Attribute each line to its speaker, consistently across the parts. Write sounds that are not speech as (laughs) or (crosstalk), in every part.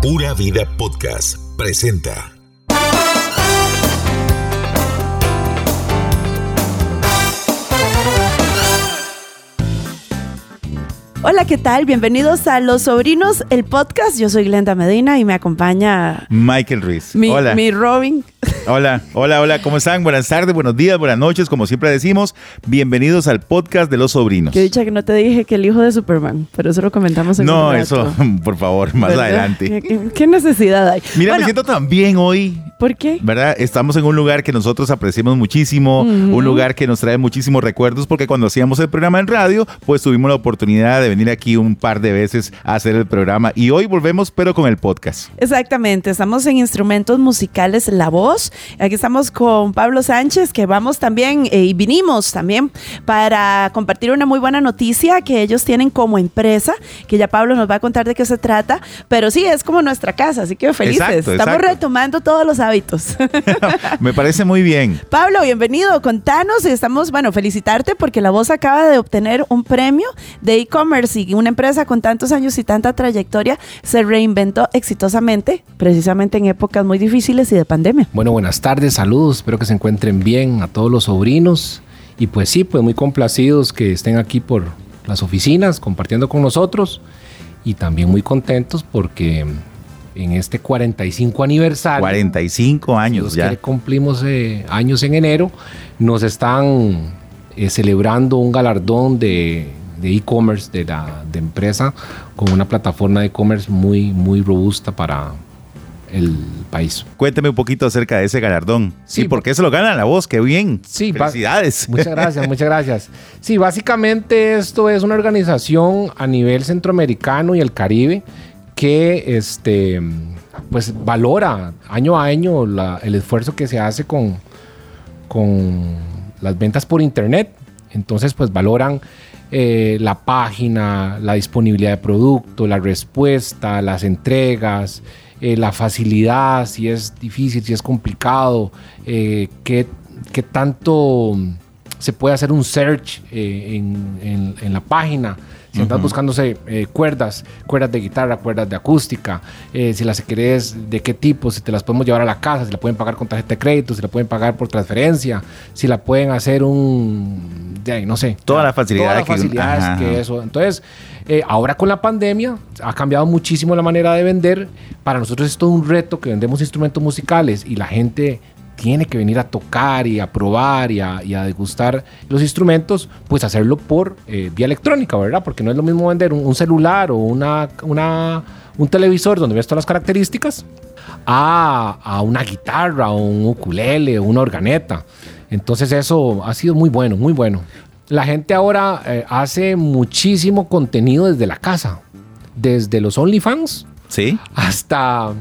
Speaker 1: Pura Vida Podcast presenta.
Speaker 2: Hola, ¿qué tal? Bienvenidos a Los Sobrinos, el podcast. Yo soy Glenda Medina y me acompaña
Speaker 3: Michael Ruiz.
Speaker 2: mi,
Speaker 3: hola. (laughs)
Speaker 2: mi Robin.
Speaker 3: Hola, hola, hola. ¿Cómo están? Buenas tardes, buenos días, buenas noches. Como siempre decimos, bienvenidos al podcast de los sobrinos.
Speaker 2: Yo dicha que no te dije que el hijo de Superman, pero eso lo comentamos en
Speaker 3: no,
Speaker 2: un rato.
Speaker 3: eso, por favor, (laughs) más
Speaker 2: ¿Verdad?
Speaker 3: adelante.
Speaker 2: ¿Qué, qué necesidad hay?
Speaker 3: Mira, me
Speaker 2: Bueno,
Speaker 3: siento tan bien hoy,
Speaker 2: ¿Por qué?
Speaker 3: ¿verdad? Estamos en un lugar que nosotros apreciamos muchísimo,
Speaker 2: Ujú.
Speaker 3: un lugar que nos trae muchísimos recuerdos, porque cuando hacíamos el programa en radio, pues tuvimos la oportunidad de venir aquí un par de veces a hacer el programa. Y hoy volvemos, pero con el podcast. (laughs)
Speaker 2: Exactamente, estamos en instrumentos musicales La Voz. Aquí estamos con Pablo Sánchez, que vamos también eh, y vinimos también para compartir una muy buena noticia que ellos tienen como empresa, que ya Pablo nos va a contar de qué se trata, pero sí, es como nuestra casa, así que felices.
Speaker 3: Exacto,
Speaker 2: estamos
Speaker 3: exacto.
Speaker 2: retomando todos los hábitos.
Speaker 3: Me parece muy bien.
Speaker 2: Pablo, bienvenido, contanos, estamos, bueno, felicitarte porque La Voz acaba de obtener un premio de e-commerce y una empresa con tantos años y tanta trayectoria se reinventó exitosamente, precisamente en épocas muy difíciles y de pandemia.
Speaker 4: Bueno, buenas tardes, saludos, espero que se encuentren bien a todos los sobrinos y pues sí, pues muy complacidos que estén aquí por las oficinas compartiendo con nosotros y también muy contentos porque en este 45 aniversario,
Speaker 3: 45 años
Speaker 4: los que
Speaker 3: ya.
Speaker 4: le cumplimos eh, años en enero, nos están eh, celebrando un galardón de de e-commerce de la de empresa con una plataforma de e-commerce muy muy robusta para el país.
Speaker 3: Cuénteme un poquito acerca de ese galardón. Sí,
Speaker 4: Sí,
Speaker 3: porque se lo gana la voz, qué bien.
Speaker 4: Sí, va-
Speaker 3: felicidades.
Speaker 4: (laughs) Muchas gracias, muchas gracias. Sí, básicamente esto es una organización a nivel centroamericano y el Caribe que este, pues valora año a año la- el esfuerzo que se hace con, con las ventas por internet. Entonces, pues valoran eh, la página, la disponibilidad de producto, la respuesta, las entregas, eh, la facilidad, si es difícil, si es complicado, eh, qué, qué tanto se puede hacer un search eh, en, en- en la página. Si andas buscándose eh, cuerdas, cuerdas de guitarra, cuerdas de acústica, eh, si las querés, de qué tipo, si te las podemos llevar a la casa, si la pueden pagar con tarjeta de crédito, si la pueden pagar por transferencia, si la pueden hacer un, de ahí, no sé. Ah,
Speaker 3: Todas las
Speaker 4: Todas
Speaker 3: facilidades
Speaker 4: las
Speaker 3: que-
Speaker 4: facilidades
Speaker 3: ajá,
Speaker 4: que
Speaker 3: ajá.
Speaker 4: eso. Entonces, eh, ahora con la pandemia ha cambiado muchísimo la manera de vender. Para nosotros es todo un reto que vendemos instrumentos musicales y la gente tiene que venir a tocar y a probar y a, y a degustar los instrumentos, pues hacerlo por eh, vía electrónica, ¿verdad? Porque no es lo mismo vender un, un celular o una, una- un televisor donde ves todas las características a, a una guitarra o un ukulele o una organeta. Entonces eso ha sido muy bueno, muy bueno. La gente ahora eh, hace muchísimo contenido desde la casa, desde los OnlyFans
Speaker 3: (laughs) Sí.
Speaker 4: hasta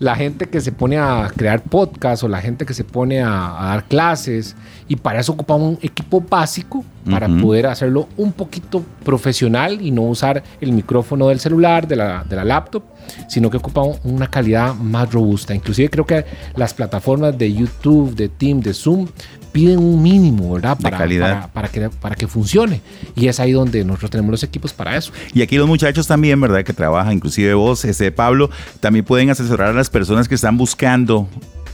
Speaker 4: la gente que se pone a crear podcasts o la gente que se pone a, a dar clases y para eso ocupa un equipo básico para
Speaker 3: Ujú.
Speaker 4: poder hacerlo un poquito profesional y no usar el micrófono del celular, de la, de la laptop, sino que ocupa un- una calidad más robusta. Inclusive creo que las plataformas de YouTube, de Team, de Zoom piden un mínimo, ¿verdad?
Speaker 3: De calidad.
Speaker 4: Para, para que, para que funcione. Y es ahí donde nosotros tenemos los equipos para eso.
Speaker 3: Y aquí los muchachos también, ¿verdad? Que trabajan, inclusive vos, este Pablo, también pueden asesorar a las personas que están buscando,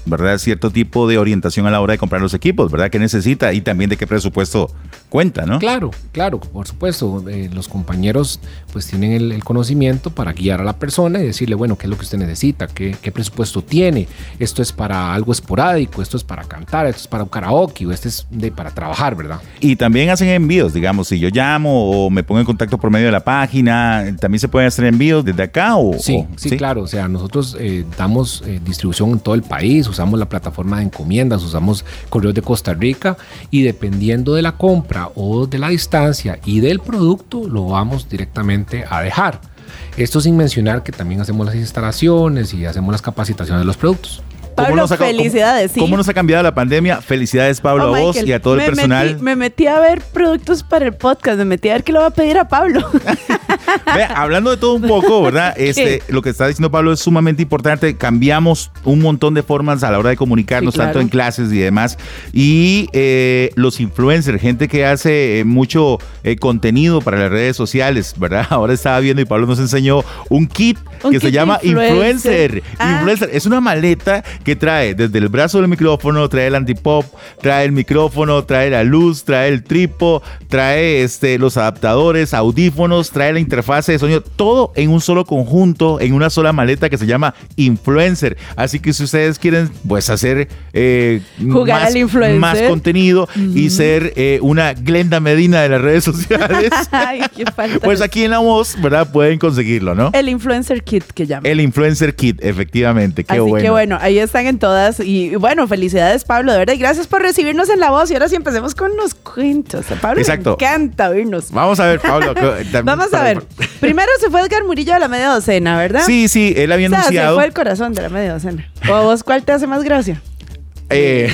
Speaker 3: ¿verdad? Cierto tipo de orientación a la hora de comprar los equipos, ¿verdad? ¿Qué necesita? Y también de qué presupuesto cuenta, ¿no?
Speaker 4: Claro, claro, por supuesto. eh, los compañeros pues tienen el, el conocimiento para guiar a la persona y decirle, bueno, qué es lo que usted necesita, qué, qué presupuesto tiene, esto es para algo esporádico, esto es para cantar, esto es para un karaoke, o este es de, para trabajar, ¿verdad?
Speaker 3: Y también hacen envíos, digamos, si yo llamo o me pongo en contacto por medio de la página, también se pueden hacer envíos desde acá o...
Speaker 4: Sí,
Speaker 3: o-
Speaker 4: sí, claro. O sea, nosotros eh, damos eh, distribución en todo el país, usamos la plataforma de encomiendas, usamos correos de Costa Rica y dependiendo de la compra o de la distancia y del producto, lo vamos directamente a dejar. Esto sin mencionar que también hacemos las instalaciones y hacemos las capacitaciones de los productos.
Speaker 3: ¿Cómo
Speaker 2: Pablo,
Speaker 3: nos ha- cómo-
Speaker 2: felicidades, sí.
Speaker 3: ¿Cómo nos ha cambiado la pandemia? Felicidades, Pablo,
Speaker 2: Oh,
Speaker 3: a vos
Speaker 2: Michael,
Speaker 3: y a todo el
Speaker 2: me
Speaker 3: personal.
Speaker 2: metí- me metí a ver productos para el podcast, me metí a ver qué le va a pedir a Pablo. (laughs)
Speaker 3: Vea, hablando de todo un poco, ¿verdad? Este, lo que está diciendo Pablo es sumamente importante. Cambiamos un montón de formas a la hora de comunicarnos,
Speaker 2: Sí, claro.
Speaker 3: tanto en clases y demás. Y eh, los influencers, gente que hace eh, mucho eh, contenido para las redes sociales, ¿verdad? (laughs) Ahora estaba viendo y Pablo nos enseñó un kit
Speaker 2: Un
Speaker 3: que se
Speaker 2: kit
Speaker 3: llama
Speaker 2: influencer.
Speaker 3: influencer.
Speaker 2: Ah.
Speaker 3: Influencer es una maleta que trae desde el brazo del micrófono, trae el antipop, trae el micrófono, trae la luz, trae el tripo, trae este, los adaptadores, audífonos, trae la interfase de sonido, todo en un solo conjunto, en una sola maleta que se llama influencer. Así que si ustedes quieren, pues hacer eh,
Speaker 2: Jugar
Speaker 3: más,
Speaker 2: al influencer.
Speaker 3: más contenido y ser eh, una Glenda Medina de las redes
Speaker 2: (laughs)
Speaker 3: sociales,
Speaker 2: Ay,
Speaker 3: (laughs)
Speaker 2: qué falta.
Speaker 3: pues aquí en La Voz, ¿verdad? Pueden conseguirlo, ¿no?
Speaker 2: El influencer kit que llaman.
Speaker 3: El influencer kit, efectivamente. Qué
Speaker 2: Así
Speaker 3: bueno.
Speaker 2: que bueno, ahí están en todas. Y bueno, felicidades, Pablo, de verdad. Y gracias por recibirnos en la voz. Y ahora sí empecemos con los cuentos. A Pablo
Speaker 3: Exacto.
Speaker 2: le encanta oírnos.
Speaker 3: Vamos a ver,
Speaker 2: (laughs)
Speaker 3: Pablo. que- también-
Speaker 2: Vamos a
Speaker 3: para- (laughs)
Speaker 2: ver. Primero se fue Edgar Murillo a la media docena, ¿verdad?
Speaker 3: Sí, sí, él había
Speaker 2: O sea, se
Speaker 3: anunciado.
Speaker 2: fue el corazón de la media docena. ¿O a vos cuál te hace más gracia?
Speaker 3: eh,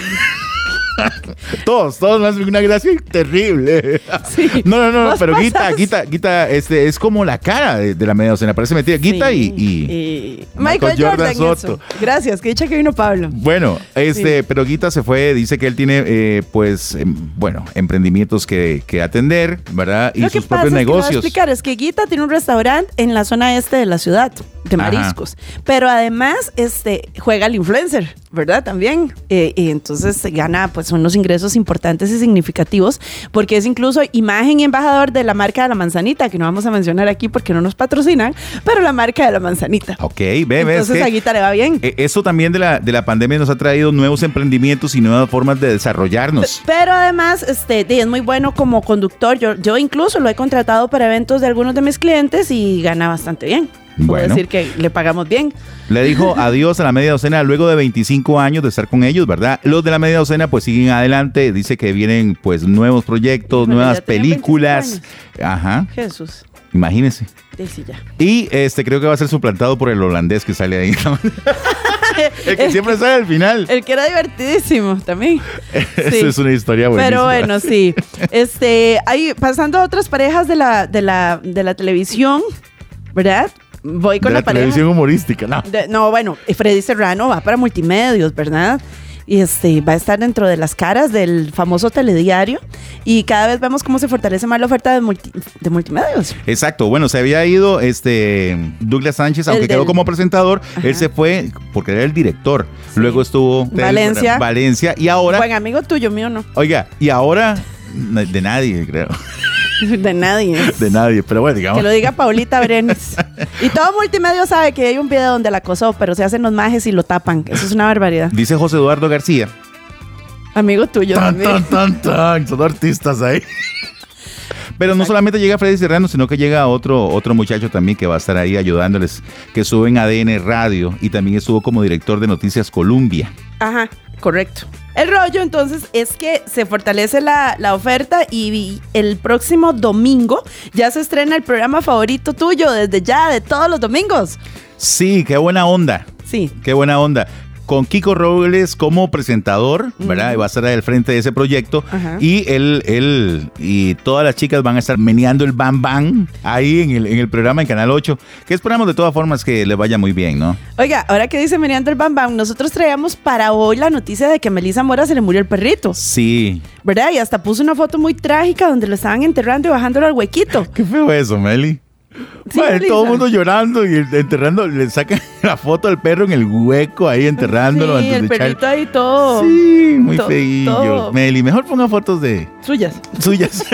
Speaker 2: (laughs)
Speaker 3: todos, todos me hacen una gracia terrible.
Speaker 2: Sí.
Speaker 3: No, no, no,
Speaker 2: Vos
Speaker 3: pero Guita,
Speaker 2: pasás-
Speaker 3: Guita, Guita, este, es como la cara de, de la media docena. Parece mentira. Guita
Speaker 2: Sí.
Speaker 3: y, y-
Speaker 2: Michael
Speaker 3: Michael
Speaker 2: Jordan,
Speaker 3: Jordan,
Speaker 2: eso.
Speaker 3: Soto.
Speaker 2: Gracias, que dicha que vino Pablo.
Speaker 3: Bueno, este, pero Guita se fue, dice que él tiene, eh, pues, em, bueno, emprendimientos que, que atender, ¿verdad? Y
Speaker 2: Lo que
Speaker 3: sus
Speaker 2: pasa
Speaker 3: propios
Speaker 2: es que lo voy a
Speaker 3: negocios.
Speaker 2: explicar es que Guita tiene un restaurante en la zona este de la ciudad, de
Speaker 3: Ajá.
Speaker 2: mariscos. Pero además, este, juega al influencer, ¿verdad? También. Eh, y entonces se gana pues unos ingresos importantes y significativos, porque es incluso imagen y embajador de la marca de la manzanita, que no vamos a mencionar aquí porque no nos patrocinan, pero la marca de la manzanita.
Speaker 3: Ah, Ok, ve, ve. es
Speaker 2: entonces
Speaker 3: que-
Speaker 2: a Guita le va bien.
Speaker 3: Eh, Eso también de la, de la pandemia nos ha traído nuevos emprendimientos y nuevas formas de desarrollarnos.
Speaker 2: Pero además, este, di, es muy bueno como conductor. Yo, yo incluso lo he contratado para eventos de algunos de mis clientes y gana bastante bien. Puedo
Speaker 3: Bueno.
Speaker 2: decir que le pagamos bien.
Speaker 3: Le
Speaker 2: (laughs)
Speaker 3: dijo adiós a la media docena luego de 25 años de estar con ellos, ¿verdad? Los de la media docena pues siguen adelante, dice que vienen pues nuevos proyectos,
Speaker 2: Híjole,
Speaker 3: nuevas
Speaker 2: ya tenían 25
Speaker 3: películas. Ajá,
Speaker 2: Jesús,
Speaker 3: imagínense.
Speaker 2: dice
Speaker 3: (laughs)
Speaker 2: ya.
Speaker 3: Y este creo que va a ser suplantado por el holandés que sale ahí.
Speaker 2: (laughs)
Speaker 3: el (laughs) que siempre sale al final.
Speaker 2: El que era divertidísimo también. eh, sí.
Speaker 3: (laughs) Esa es una historia buena.
Speaker 2: Pero
Speaker 3: (laughs)
Speaker 2: bueno, sí. Este, ahí, pasando a otras parejas de la, de la, de la televisión, ¿verdad? Voy con
Speaker 3: de
Speaker 2: la,
Speaker 3: la,
Speaker 2: pareja.
Speaker 3: televisión humorística, no.
Speaker 2: De- no, bueno, Freddy Serrano va para multimedios, ¿verdad? Y este, va a estar dentro de las caras del famoso telediario. Y cada vez vemos cómo se fortalece más la oferta de, multi- de multimedios.
Speaker 3: Exacto, bueno, se había ido este Douglas Sánchez,
Speaker 2: El
Speaker 3: aunque quedó
Speaker 2: del-
Speaker 3: como presentador,
Speaker 2: Ajá.
Speaker 3: él se fue porque era el director. Luego estuvo Tel-
Speaker 2: Valencia.
Speaker 3: Valencia y ahora,
Speaker 2: Buen amigo tuyo, mío no. (laughs)
Speaker 3: oiga, y ahora na- de nadie, creo,
Speaker 2: De nadie.
Speaker 3: de nadie, pero bueno,
Speaker 2: Que
Speaker 3: digamos.
Speaker 2: lo diga
Speaker 3: (laughs)
Speaker 2: Paulita Brenes. Y todo multimedio sabe que hay un video donde la acosó, pero se hacen los majes y lo tapan. Eso es una barbaridad.
Speaker 3: Dice José Eduardo García.
Speaker 2: Amigo tuyo
Speaker 3: Tan, tan,
Speaker 2: también.
Speaker 3: tan, tan, son artistas ahí. Pero no solamente llega Freddy Serrano, sino que llega otro, otro muchacho también que va a estar ahí ayudándoles, que sube en ADN Radio y también estuvo como director de Noticias Colombia.
Speaker 2: Ajá, correcto. El rollo entonces es que se fortalece la, la oferta y, vi- el próximo domingo ya se estrena el programa favorito tuyo desde ya, de todos los domingos.
Speaker 3: Sí, qué buena onda.
Speaker 2: Sí.
Speaker 3: Qué buena onda. Con Kiko Robles como presentador, ¿verdad? Y Va a estar al frente de ese proyecto.
Speaker 2: Ajá.
Speaker 3: Y él, él y todas las chicas van a estar meneando el bam bam ahí en el, en el programa en Canal 8. Que esperamos de todas formas que le vaya muy bien, ¿no?
Speaker 2: Oiga, ahora que dice Miriam el Bam Bam, nosotros traíamos para hoy la noticia de que a Melissa Mora se le murió el perrito,
Speaker 3: Sí.
Speaker 2: ¿verdad? Y hasta puso una foto muy trágica donde lo estaban enterrando y bajándolo al huequito.
Speaker 3: Qué feo eso, Meli. (laughs)
Speaker 2: Sí,
Speaker 3: Madre,
Speaker 2: Melissa.
Speaker 3: todo el mundo llorando y enterrando, le sacan (laughs) la foto al perro en el hueco ahí enterrándolo
Speaker 2: Sí,
Speaker 3: antes
Speaker 2: el
Speaker 3: de echar-
Speaker 2: perrito ahí todo.
Speaker 3: Sí, muy
Speaker 2: To-
Speaker 3: feillo.
Speaker 2: todo.
Speaker 3: Meli, mejor ponga fotos de
Speaker 2: Suyas. (laughs)
Speaker 3: suyas.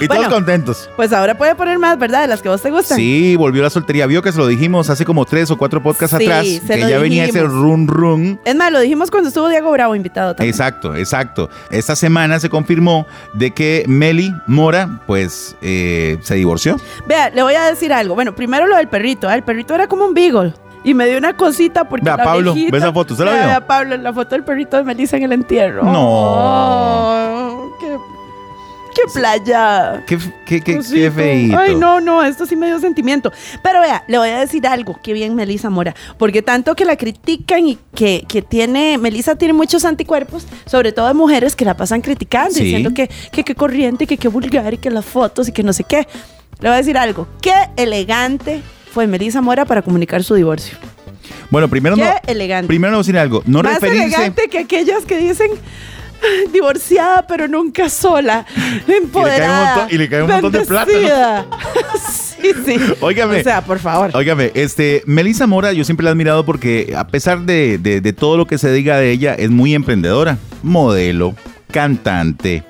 Speaker 3: y
Speaker 2: Bueno.
Speaker 3: todos contentos.
Speaker 2: Pues ahora puede poner más, ¿verdad? De las que a vos te gustan.
Speaker 3: Sí, volvió la soltería. Vio que se lo dijimos hace como tres o cuatro podcasts
Speaker 2: Sí,
Speaker 3: atrás.
Speaker 2: se
Speaker 3: que
Speaker 2: lo
Speaker 3: ya venía ese
Speaker 2: dijimos.
Speaker 3: run run.
Speaker 2: Es más, lo dijimos cuando estuvo Diego Bravo invitado también.
Speaker 3: Exacto, exacto. Esta semana se confirmó de que Meli Mora, pues, eh, se divorció.
Speaker 2: Vea, le voy a decir algo. Bueno, primero lo del perrito. ¿eh? El perrito era como un beagle. Y me dio una cosita porque.
Speaker 3: Vea,
Speaker 2: la
Speaker 3: Pablo,
Speaker 2: orejita-
Speaker 3: ¿ve esa foto? ¿Usted la
Speaker 2: Vea,
Speaker 3: vio?
Speaker 2: vea, Pablo, la foto del perrito de Melissa en el entierro.
Speaker 3: No.
Speaker 2: Oh, qué, qué playa.
Speaker 3: Qué, qué, qué, qué
Speaker 2: Cosito.
Speaker 3: feíto.
Speaker 2: Ay, no, no, esto sí me dio sentimiento. Pero vea, le voy a decir algo. Qué bien, Melissa Mora. Porque tanto que la critican y que, que tiene. Melissa tiene muchos anticuerpos, sobre todo de mujeres que la pasan criticando,
Speaker 3: Sí.
Speaker 2: diciendo que que qué corriente, que qué vulgar y que las fotos y que no sé qué. Le voy a decir algo. Qué elegante fue Melissa Mora para comunicar su divorcio.
Speaker 3: Bueno, primero
Speaker 2: Qué
Speaker 3: no.
Speaker 2: elegante.
Speaker 3: Primero no decir algo. No
Speaker 2: Más
Speaker 3: referirse.
Speaker 2: elegante que aquellas que dicen "Ay, divorciada pero nunca sola, empoderada,
Speaker 3: montón- y le cae un montón de plata, ¿no?
Speaker 2: bendecida". (laughs) sí, sí.
Speaker 3: Óigame.
Speaker 2: O sea, por favor.
Speaker 3: Óigame, este, Melissa Mora, yo siempre la he admirado porque a pesar de, de- de todo lo que se diga de ella, es muy emprendedora, modelo, cantante,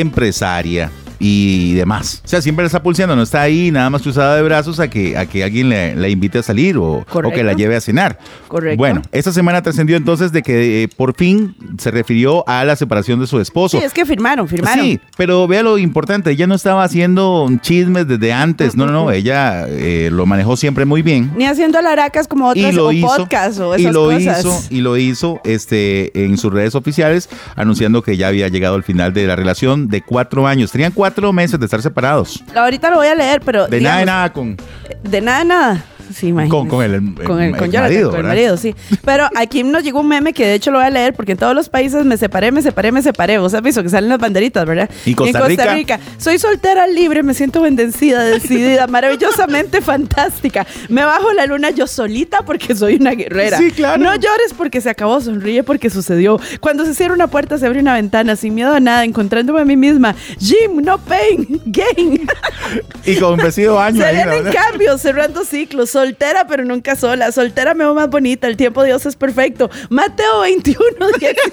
Speaker 3: empresaria y demás. O sea, siempre la está pulseando, no está ahí nada más cruzada de brazos a que, a que alguien le- la invite a salir o, o que
Speaker 2: Correcto.
Speaker 3: la lleve a cenar.
Speaker 2: Correcto.
Speaker 3: Bueno, esta semana trascendió entonces de que eh, por fin se refirió a la separación de su esposo.
Speaker 2: Sí, es que firmaron, firmaron.
Speaker 3: Sí, pero vea lo importante, ella no estaba haciendo chismes desde antes, no, no, no, ella eh, lo manejó siempre muy bien.
Speaker 2: Ni haciendo alaracas como
Speaker 3: Y
Speaker 2: otras
Speaker 3: lo
Speaker 2: o
Speaker 3: hizo,
Speaker 2: podcast o
Speaker 3: y
Speaker 2: esas
Speaker 3: lo
Speaker 2: cosas.
Speaker 3: hizo, y lo hizo este, en sus redes oficiales, anunciando que ya había llegado al final de la relación de cuatro años. Tenían cuatro meses de estar separados.
Speaker 2: Ahorita lo voy a leer, pero
Speaker 3: De nada, de
Speaker 2: digamos,
Speaker 3: nada con,
Speaker 2: De nada, de nada. Sí, imagínese.
Speaker 3: Con- con el- el-
Speaker 2: con el,
Speaker 3: eh, el
Speaker 2: con Jonathan,
Speaker 3: marido,
Speaker 2: con el
Speaker 3: ¿verdad?
Speaker 2: marido, sí. Pero aquí nos llegó un meme que de hecho lo voy a leer porque en todos los países me separé, me separé, me separé. Vos has visto que salen las banderitas, ¿verdad?
Speaker 3: Y Costa
Speaker 2: en Costa
Speaker 3: Rica.
Speaker 2: Rica. Soy soltera, libre, me siento bendecida, decidida, (laughs) maravillosamente fantástica. Me bajo la luna yo solita porque soy una guerrera.
Speaker 3: Sí, claro.
Speaker 2: No llores porque se acabó, sonríe porque sucedió. Cuando se cierra una puerta, se abre una ventana, sin miedo a nada, encontrándome a mí misma. Jim, no pain, (laughs) gain.
Speaker 3: y con vestido baño.
Speaker 2: Se
Speaker 3: ahí, la
Speaker 2: vienen
Speaker 3: verdad.
Speaker 2: cambios, cerrando ciclos, soltera pero nunca sola, soltera me veo más bonita, el tiempo de Dios es perfecto. Mateo 21, (laughs)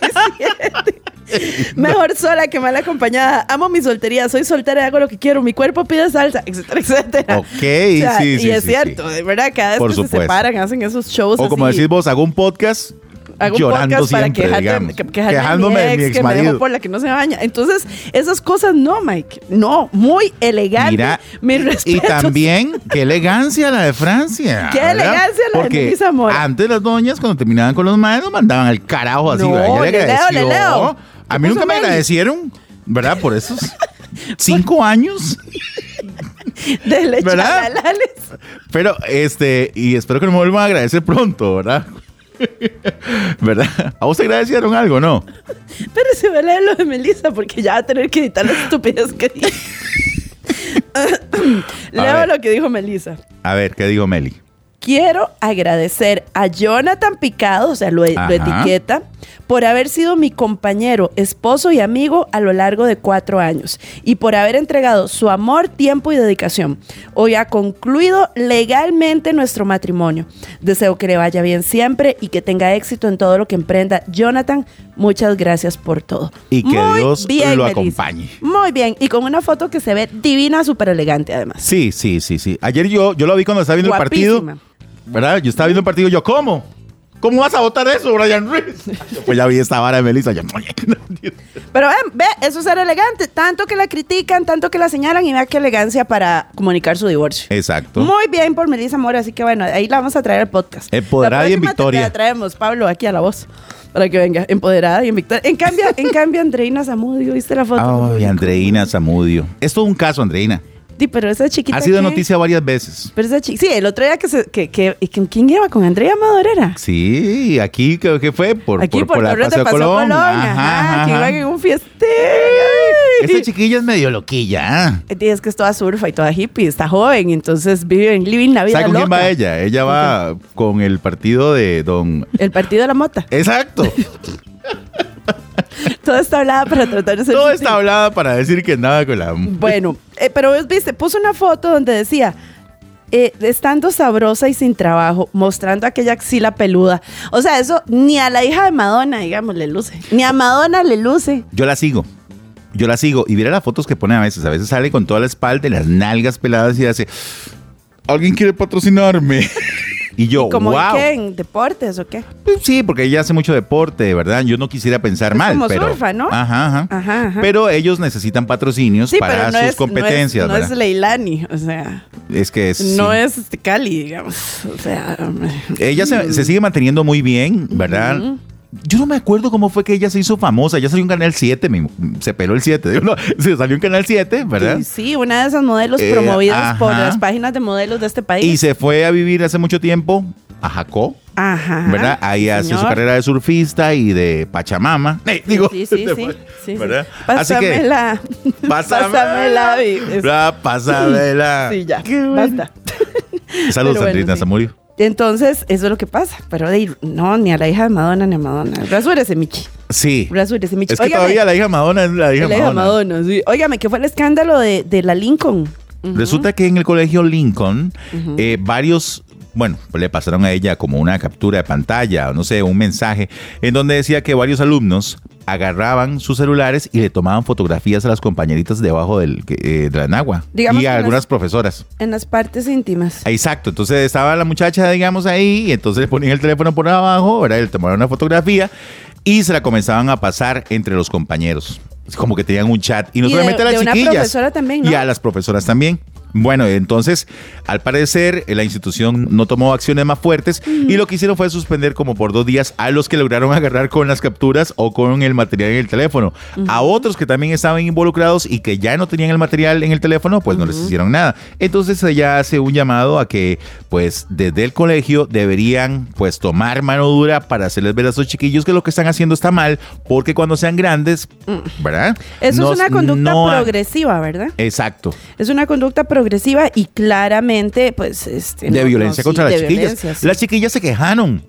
Speaker 3: (laughs)
Speaker 2: 17. Mejor sola que mal acompañada. Amo mi soltería, soy soltera y hago lo que quiero, mi cuerpo pide salsa, (laughs) etcétera, etcétera.
Speaker 3: Ok, sí,
Speaker 2: y
Speaker 3: sí,
Speaker 2: es
Speaker 3: sí,
Speaker 2: cierto,
Speaker 3: sí.
Speaker 2: de verdad, cada vez
Speaker 3: Por
Speaker 2: que
Speaker 3: supuesto.
Speaker 2: se separan, hacen esos shows.
Speaker 3: O como
Speaker 2: así,
Speaker 3: decís vos, hago un podcast
Speaker 2: hago un
Speaker 3: llorando
Speaker 2: podcast para
Speaker 3: siempre,
Speaker 2: quejarte-
Speaker 3: digamos.
Speaker 2: que- quejarme de
Speaker 3: quejándome de mi ex
Speaker 2: que me dejó
Speaker 3: marido.
Speaker 2: por la que no se baña. Entonces, esas cosas no, Mike. No, muy elegante.
Speaker 3: Mira,
Speaker 2: mis
Speaker 3: (laughs) Y
Speaker 2: respetos.
Speaker 3: también, qué elegancia la de Francia.
Speaker 2: (laughs) Qué elegancia la de
Speaker 3: Porque
Speaker 2: Melissa Mora.
Speaker 3: Antes las doñas, cuando terminaban con los madres, nos mandaban al carajo así.
Speaker 2: No,
Speaker 3: ¿verdad? Ella le
Speaker 2: le leo,
Speaker 3: agradeció.
Speaker 2: le leo.
Speaker 3: A
Speaker 2: ¿Qué
Speaker 3: mí
Speaker 2: puso
Speaker 3: nunca me
Speaker 2: Mel?
Speaker 3: agradecieron, ¿verdad? Por esos
Speaker 2: (laughs)
Speaker 3: cinco años.
Speaker 2: de leche
Speaker 3: ¿Verdad?
Speaker 2: chalalales.
Speaker 3: Pero, este, y espero que no me vuelvan a agradecer pronto, ¿verdad? (laughs) ¿Verdad? ¿A vos te agradecieron algo, no?
Speaker 2: Pero se va a leer lo de Melissa porque ya va a tener que editar las estupidez que
Speaker 3: (laughs)
Speaker 2: dice.
Speaker 3: A
Speaker 2: Leo
Speaker 3: ver.
Speaker 2: lo que dijo Melissa.
Speaker 3: A ver, ¿qué digo, Meli?
Speaker 2: Quiero agradecer a Jonathan Picado, o sea, lo, lo
Speaker 3: Ajá.
Speaker 2: etiqueta, por haber sido mi compañero, esposo y amigo a lo largo de cuatro años y por haber entregado su amor, tiempo y dedicación. Hoy ha concluido legalmente nuestro matrimonio. Deseo que le vaya bien siempre y que tenga éxito en todo lo que emprenda. Jonathan, muchas gracias por todo.
Speaker 3: Y que Dios lo
Speaker 2: Melissa.
Speaker 3: acompañe.
Speaker 2: Muy bien, y con una foto que se ve divina, súper elegante además.
Speaker 3: Sí, sí, sí, sí. Ayer yo, yo lo vi cuando estaba viendo el
Speaker 2: Guapísima.
Speaker 3: partido. ¿Verdad? Yo estaba viendo el partido, yo, ¿cómo? ¿Cómo vas a votar eso, Brian
Speaker 2: (laughs)
Speaker 3: Ruiz? Pues ya vi esta vara de Melissa. Yo,
Speaker 2: Pero ven, ve, eso es ser elegante. Tanto que la critican, tanto que la señalan y vea qué elegancia para comunicar su divorcio.
Speaker 3: Exacto.
Speaker 2: Muy bien por Melissa Mora, así que bueno, ahí la vamos a traer al podcast.
Speaker 3: Eh, Empoderada
Speaker 2: La
Speaker 3: y en
Speaker 2: próxima te-
Speaker 3: victoria.
Speaker 2: La traemos, Pablo, aquí a la voz, para que venga, empoderada y en victoria. En cambio, en cambio Andreina Zamudio, ¿viste la foto?
Speaker 3: Ay, Andreina Zamudio. Es todo un caso, Andreina.
Speaker 2: Sí, pero esa chiquita
Speaker 3: Ha sido
Speaker 2: que-
Speaker 3: noticia varias veces.
Speaker 2: Pero esa chi- sí, el otro día que se... Que, que, y con- ¿Quién iba? ¿Con Andrea Amadorera?
Speaker 3: Sí, aquí creo que fue por,
Speaker 2: Aquí por,
Speaker 3: la
Speaker 2: Torres de
Speaker 3: Paseo
Speaker 2: Paseo
Speaker 3: Colón.
Speaker 2: Colón.
Speaker 3: Ajá,
Speaker 2: Ajá,
Speaker 3: ajá,
Speaker 2: Que
Speaker 3: ajá.
Speaker 2: iban en un fiestero.
Speaker 3: Esta chiquilla es medio loquilla. ¿ah?
Speaker 2: Es Eh, que es toda surfa y toda hippie, está joven, entonces vive en living la vida
Speaker 3: ¿Sabe con quién
Speaker 2: loca.
Speaker 3: va ella? Ella va con el partido de Don.
Speaker 2: El partido de la mota. (laughs)
Speaker 3: Exacto.
Speaker 2: Todo está hablado para tratar de ser
Speaker 3: Todo
Speaker 2: sutil.
Speaker 3: está hablada para decir que nada con la.
Speaker 2: Bueno, eh, pero vos viste, puso una foto donde decía. eh, estando sabrosa y sin trabajo, mostrando aquella axila peluda. O sea, eso ni a la hija de Madonna, digamos, le luce. Ni a Madonna le luce.
Speaker 3: Yo la sigo. Yo la sigo. Y mira las fotos que pone a veces. A veces sale con toda la espalda y las nalgas peladas y hace. ¿Alguien quiere patrocinarme? (laughs) Y yo,
Speaker 2: Como
Speaker 3: Oh, wow.
Speaker 2: en qué, en deportes o qué.
Speaker 3: Pues Sí, porque ella hace mucho deporte, ¿verdad? Yo no quisiera pensar
Speaker 2: Es
Speaker 3: mal.
Speaker 2: como
Speaker 3: pero,
Speaker 2: surfa, ¿no?
Speaker 3: Ajá, ajá.
Speaker 2: Ajá, ajá.
Speaker 3: Pero ellos necesitan patrocinios
Speaker 2: Sí,
Speaker 3: para
Speaker 2: pero no
Speaker 3: sus
Speaker 2: es,
Speaker 3: competencias,
Speaker 2: No es, no es
Speaker 3: ¿verdad?
Speaker 2: Leilani, o sea,
Speaker 3: es, que es.
Speaker 2: no
Speaker 3: sí.
Speaker 2: es Cali, digamos. O sea,
Speaker 3: Ella se, se sigue manteniendo muy bien, ¿verdad? Yo no me acuerdo cómo fue que ella se hizo famosa. Ella salió en Canal 7, mi- se peló el 7. digo, (laughs) no, se salió en Canal 7, ¿verdad?
Speaker 2: Sí, sí, una de esas modelos
Speaker 3: Eh,
Speaker 2: promovidas por
Speaker 3: ajá.
Speaker 2: las páginas de modelos de este país.
Speaker 3: Y se fue a vivir hace mucho tiempo a Jacó,
Speaker 2: Ajá.
Speaker 3: ¿verdad? Ahí hace su
Speaker 2: señor.
Speaker 3: carrera de surfista y de Pachamama. Eh, (laughs) digo,
Speaker 2: Sí, sí,
Speaker 3: de-
Speaker 2: sí. sí, sí.
Speaker 3: ¿verdad? Así que,
Speaker 2: Pásamela.
Speaker 3: (laughs)
Speaker 2: (laughs)
Speaker 3: Pásamela.
Speaker 2: Pásamela. Vi. Es-
Speaker 3: Ah, pásamela.
Speaker 2: Sí, ya.
Speaker 3: Qué bueno.
Speaker 2: Basta.
Speaker 3: Saludos,
Speaker 2: Pero bueno,
Speaker 3: Sandrita
Speaker 2: sí.
Speaker 3: Zamudio.
Speaker 2: Entonces, eso es lo que pasa. Pero de ahí, no, ni a la hija de Madonna ni a Madonna. Rasúrese, Michi.
Speaker 3: Sí.
Speaker 2: Rasúrese, Michi.
Speaker 3: Es que
Speaker 2: Óigame,
Speaker 3: todavía la hija Madonna es la hija
Speaker 2: la hija de
Speaker 3: Madonna.
Speaker 2: Madonna, sí. Óigame, ¿qué fue el escándalo de, de la Lincoln? Ujú.
Speaker 3: Resulta que en el colegio Lincoln, eh, varios, bueno, pues le pasaron a ella como una captura de pantalla, o no sé, un mensaje, en donde decía que varios alumnos agarraban sus celulares y le tomaban fotografías a las compañeritas debajo del, que- eh, de la nagua
Speaker 2: Digamos
Speaker 3: y
Speaker 2: que
Speaker 3: a
Speaker 2: las-
Speaker 3: algunas profesoras.
Speaker 2: En las partes íntimas.
Speaker 3: Exacto, entonces estaba la muchacha, digamos, ahí, y entonces ponían el teléfono por abajo, ¿verdad? Y le tomaron una fotografía y se la comenzaban a pasar entre los compañeros. Es Como que tenían un chat. Y no
Speaker 2: Y de-
Speaker 3: solamente a
Speaker 2: de
Speaker 3: las
Speaker 2: una
Speaker 3: chiquillas.
Speaker 2: profesora también, ¿no?
Speaker 3: Y a las profesoras también. Bueno, entonces, al parecer, eh, la institución no tomó acciones más fuertes y lo que hicieron fue suspender como por dos días a los que lograron (laughs) agarrar con las capturas o con el material en el teléfono. A otros que también estaban involucrados y que ya no tenían el material en el teléfono, pues no les hicieron nada. Entonces ella hace un llamado a que, pues, desde el colegio deberían, pues, tomar mano dura para hacerles ver a esos chiquillos que lo que están haciendo está mal, porque cuando sean grandes, ¿verdad?
Speaker 2: Mm. Eso
Speaker 3: No-
Speaker 2: es una conducta
Speaker 3: no ha-
Speaker 2: progresiva, ¿verdad?
Speaker 3: Exacto.
Speaker 2: Es una conducta progresiva y claramente, pues, este,
Speaker 3: de
Speaker 2: no-
Speaker 3: violencia
Speaker 2: no,
Speaker 3: contra las
Speaker 2: sí, de
Speaker 3: chiquillas.
Speaker 2: violencia, sí.
Speaker 3: Las chiquillas se quejaron.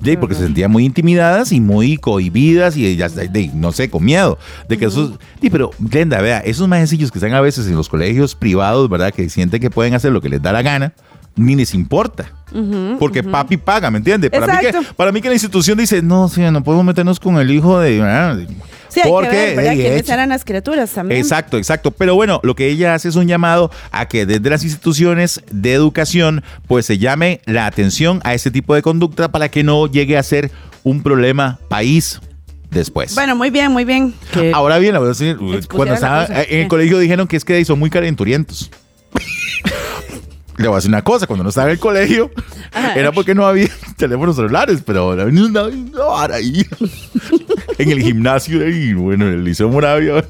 Speaker 3: de ahí, porque se sentían muy intimidadas y muy cohibidas y ya, de ahí, no sé, con miedo. De que esos, Sí, pero Glenda, vea, esos maestrillos que están a veces en los colegios privados, ¿verdad? Que sienten que pueden hacer lo que les da la gana, ni les importa. Porque papi paga, ¿me entiende? Para mí, que,
Speaker 2: Exacto.
Speaker 3: para mí que la institución dice, no, sí, no podemos meternos con el hijo de... ah,
Speaker 2: Sí, hay que ver, ¿verdad?
Speaker 3: ey,
Speaker 2: ¿Quiénes
Speaker 3: echa-
Speaker 2: eran las criaturas también?
Speaker 3: Exacto, exacto. Pero bueno, lo que ella hace es un llamado a que desde las instituciones de educación, pues se llame la atención a ese tipo de conducta para que no llegue a ser un problema país después.
Speaker 2: Bueno, muy bien, muy bien. Que-
Speaker 3: Ahora bien, la verdad, sí, cuando
Speaker 2: la
Speaker 3: estaba
Speaker 2: cosa.
Speaker 3: en el
Speaker 2: Eh.
Speaker 3: colegio dijeron que es que son muy calenturientos. Le voy a decir una cosa, cuando no estaba en el colegio,
Speaker 2: Ajá.
Speaker 3: era porque no había (laughs) teléfonos celulares, pero ahora no, no, no, ahora ahí. en el gimnasio y bueno, en el Liceo Moravia.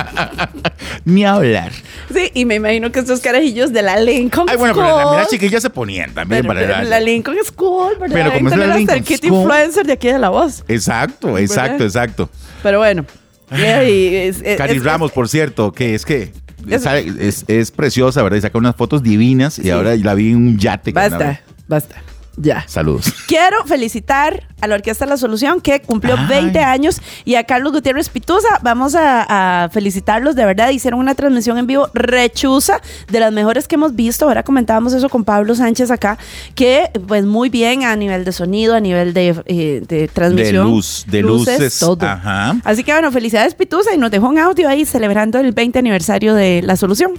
Speaker 3: (laughs) Ni hablar.
Speaker 2: Sí, y me imagino que estos carajillos de la Lincoln
Speaker 3: Ay, bueno, pero
Speaker 2: School-
Speaker 3: también las chiquillas se ponían también
Speaker 2: pero-
Speaker 3: para
Speaker 2: pero
Speaker 3: la-
Speaker 2: la Lincoln School, ¿verdad?
Speaker 3: Pero como es
Speaker 2: También
Speaker 3: la
Speaker 2: era hasta el
Speaker 3: Lincoln
Speaker 2: Kitty
Speaker 3: School.
Speaker 2: Influencer de aquí de La Voz.
Speaker 3: Exacto, exacto, exacto.
Speaker 2: Pero bueno. Y es- es-
Speaker 3: Ah, Cari
Speaker 2: Eh, es-
Speaker 3: Ramos, por cierto, que es que
Speaker 2: Es-
Speaker 3: sale- es, es preciosa, ¿verdad? Y saca unas fotos divinas y ahora la vi en un yate. con una-
Speaker 2: Basta, basta. Ya.
Speaker 3: Saludos.
Speaker 2: Quiero felicitar a la Orquesta La Solución que cumplió
Speaker 3: Ay.
Speaker 2: 20 años y a Carlos Gutiérrez Pituza. Vamos a, a felicitarlos, de verdad. Hicieron una transmisión en vivo rechuza de las mejores que hemos visto. Ahora comentábamos eso con Pablo Sánchez acá, que pues muy bien a nivel de sonido, a nivel de, eh, de transmisión.
Speaker 3: De luz, de luces,
Speaker 2: todo.
Speaker 3: ajá.
Speaker 2: Así que bueno, felicidades Pituza y nos dejó un audio ahí celebrando el 20 aniversario de La Solución.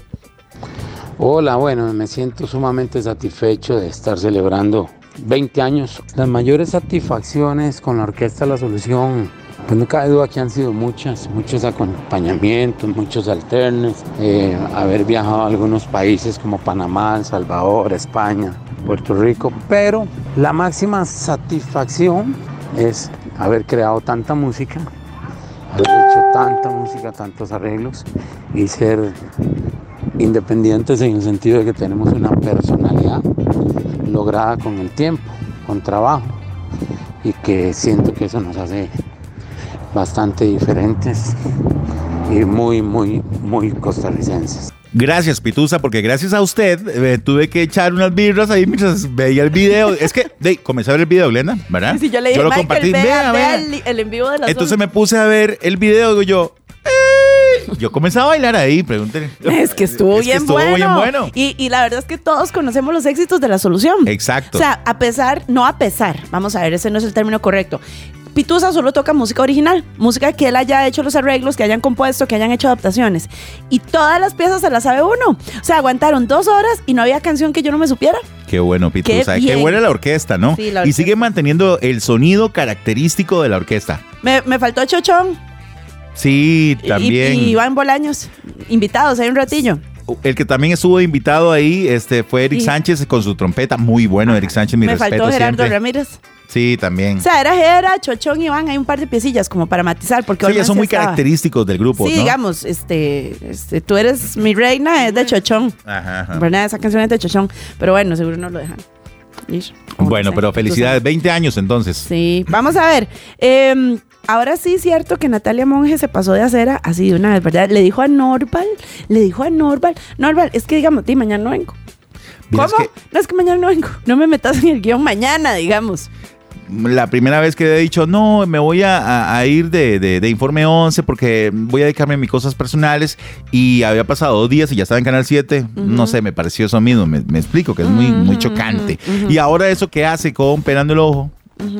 Speaker 5: Hola, bueno, me siento sumamente satisfecho de estar celebrando 20 años. Las mayores satisfacciones con la Orquesta La Solución, pues no cabe duda que han sido muchas, muchos acompañamientos, muchos alternes, eh, haber viajado a algunos países como Panamá, El Salvador, España, Puerto Rico, pero la máxima satisfacción es haber creado tanta música, haber hecho tanta música, tantos arreglos y ser independientes en el sentido de que tenemos una personalidad lograda con el tiempo, con trabajo, y que siento que eso nos hace bastante diferentes y muy, muy, muy costarricenses.
Speaker 3: Gracias, Pitusa, porque gracias a usted eh, tuve que echar unas birras ahí mientras veía el
Speaker 2: (laughs)
Speaker 3: video. es que, de, comencé a ver el video, Glenda, ¿verdad?
Speaker 2: Sí, yo le dije,
Speaker 3: Ah, lo
Speaker 2: Michael,
Speaker 3: compartí.
Speaker 2: vea,
Speaker 3: Vea,
Speaker 2: vea
Speaker 3: vea.
Speaker 2: El, el en vivo de La
Speaker 3: Entonces
Speaker 2: Solución.
Speaker 3: me puse a ver el video, digo yo. "Eh". Yo comencé a bailar ahí, pregúntenle.
Speaker 2: (laughs) Es que estuvo,
Speaker 3: Es que
Speaker 2: bien,
Speaker 3: estuvo
Speaker 2: bueno.
Speaker 3: bien bueno.
Speaker 2: Y, y la verdad es que todos conocemos los éxitos de la solución.
Speaker 3: Exacto.
Speaker 2: O sea, a pesar, no a pesar, vamos a ver, ese no es el término correcto. Pitusa solo toca música original, música que él haya hecho los arreglos, que hayan compuesto, que hayan hecho adaptaciones. Y todas las piezas se las sabe uno. O sea, aguantaron dos horas y no había canción que yo no me supiera.
Speaker 3: Qué bueno, Pitusa. Qué,
Speaker 2: bien.
Speaker 3: buena la orquesta, ¿no?
Speaker 2: Sí,
Speaker 3: Y
Speaker 2: la orquesta.
Speaker 3: sigue manteniendo el sonido característico de la orquesta.
Speaker 2: Me, me faltó Chochón
Speaker 3: Sí,
Speaker 2: y-
Speaker 3: también.
Speaker 2: y Iván Bolaños, invitados, hay un ratillo.
Speaker 3: El que también estuvo invitado ahí este, fue Eric
Speaker 2: Sí.
Speaker 3: Sánchez con su trompeta. Muy bueno, Eric Sánchez, mi
Speaker 2: me
Speaker 3: respeto
Speaker 2: faltó Gerardo
Speaker 3: siempre. Mm.
Speaker 2: Ramírez.
Speaker 3: Sí, también.
Speaker 2: O sea, era Gera, Chochón, Iván, hay un par de piecillas como para matizar,
Speaker 3: Sí,
Speaker 2: porque Olman
Speaker 3: ya son
Speaker 2: sí
Speaker 3: muy
Speaker 2: estaba.
Speaker 3: característicos del grupo,
Speaker 2: Sí,
Speaker 3: ¿no?
Speaker 2: digamos, este, este, tú eres mi reina, es de Chochón.
Speaker 3: Ajá, ajá.
Speaker 2: ¿Verdad? Esa canción es de Chochón. Pero bueno, seguro no lo dejan. ir. unos
Speaker 3: Bueno, pero
Speaker 2: añitos,
Speaker 3: felicidades,
Speaker 2: ¿sabes?
Speaker 3: 20 años entonces.
Speaker 2: Sí, vamos a ver. eh, ahora sí es cierto que Natalia Monge se pasó de acera así de una vez, ¿verdad? Le dijo a Norval, le dijo a Norval, Norval, es que digamos, di, mañana no vengo.
Speaker 3: Vieras
Speaker 2: ¿Cómo? No, es que mañana no vengo. No me metas en el guión mañana, digamos.
Speaker 3: La primera vez que he dicho, no, me voy a- a, a ir de, de- de Informe 11 porque voy a dedicarme a mis cosas personales y había pasado dos días y ya estaba en Canal 7, no sé, me pareció eso mismo, me, me explico, que es muy, muy chocante. Y ahora eso que hace con Pelando el Ojo,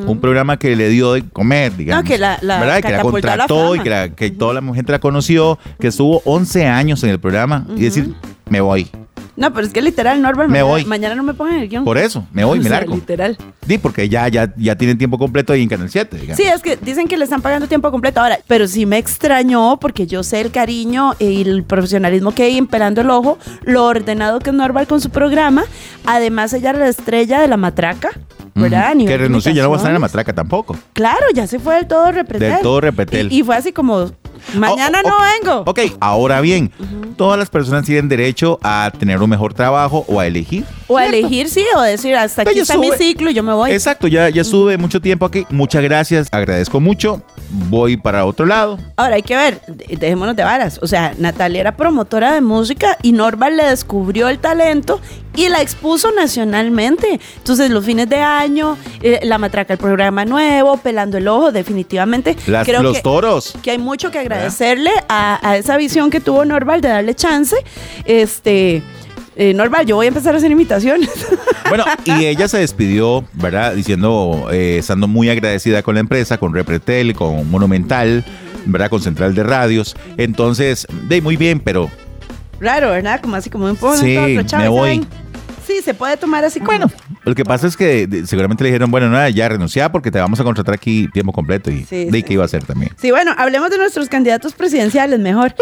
Speaker 3: un programa que le dio de comer, digamos.
Speaker 2: que la- la
Speaker 3: ¿verdad? Que la
Speaker 2: catapultó a la
Speaker 3: contrató y
Speaker 2: fama.
Speaker 3: que, la- que toda la gente la conoció, que estuvo 11 años en el programa y decir, me voy.
Speaker 2: No, pero es que literal, Norval,
Speaker 3: Me
Speaker 2: mañana,
Speaker 3: voy.
Speaker 2: mañana no me pongan en el guión.
Speaker 3: Por eso, me voy,
Speaker 2: O
Speaker 3: me
Speaker 2: sea,
Speaker 3: largo.
Speaker 2: Literal.
Speaker 3: Sí, porque ya, ya, ya tienen tiempo completo ahí en Canal 7, digamos.
Speaker 2: Sí, es que dicen que le están pagando tiempo completo ahora, pero sí me extrañó porque yo sé el cariño y el profesionalismo que hay en Pelando el Ojo, lo ordenado que es Norval con su programa. Además, ella era la estrella de la matraca, ¿verdad? A
Speaker 3: Ujú.
Speaker 2: nivel
Speaker 3: Que renunció, ya no va a estar en la
Speaker 2: comunicaciones.
Speaker 3: matraca tampoco.
Speaker 2: Claro, ya se fue del todo repretel.
Speaker 3: Del todo Oh, repretel.
Speaker 2: Y, y fue así como, mañana
Speaker 3: O- o-
Speaker 2: no vengo.
Speaker 3: Ok, ahora bien, todas las personas tienen derecho a tener un mejor trabajo o a elegir.
Speaker 2: O a elegir sí, o decir, hasta
Speaker 3: Ya
Speaker 2: aquí está mi
Speaker 3: sube.
Speaker 2: ciclo y yo me voy.
Speaker 3: Exacto, ya, ya estuve mucho tiempo aquí. Muchas gracias, agradezco mucho. Voy para otro lado.
Speaker 2: Ahora hay que ver, de- dejémonos de varas. O sea, Natalia era promotora de música y Norval le descubrió el talento y la expuso nacionalmente. Entonces, los fines de año, eh, la matraca, el programa nuevo, pelando el ojo, definitivamente.
Speaker 3: Las-
Speaker 2: creo
Speaker 3: los
Speaker 2: que,
Speaker 3: toros.
Speaker 2: que hay mucho que agradecerle a, a esa visión que tuvo Norval de darle chance. Este. eh, Norval, yo voy a empezar a hacer imitaciones. (laughs)
Speaker 3: Bueno, y ella se despidió, ¿verdad? Diciendo, eh, estando muy agradecida con la empresa, con Repretel, con Monumental, ¿verdad? Con Central de Radios. Entonces, de muy bien, pero
Speaker 2: Raro, ¿verdad? Como así, como un poco.
Speaker 3: Sí, me voy.
Speaker 2: Sí, se puede tomar así como.
Speaker 3: Bueno, lo que pasa es que de- seguramente le dijeron, bueno, nada, ya renunciá porque te vamos a contratar aquí tiempo completo y de
Speaker 2: Sí,
Speaker 3: ahí
Speaker 2: sí,
Speaker 3: que iba a hacer también.
Speaker 2: Sí, bueno, hablemos de nuestros candidatos presidenciales mejor.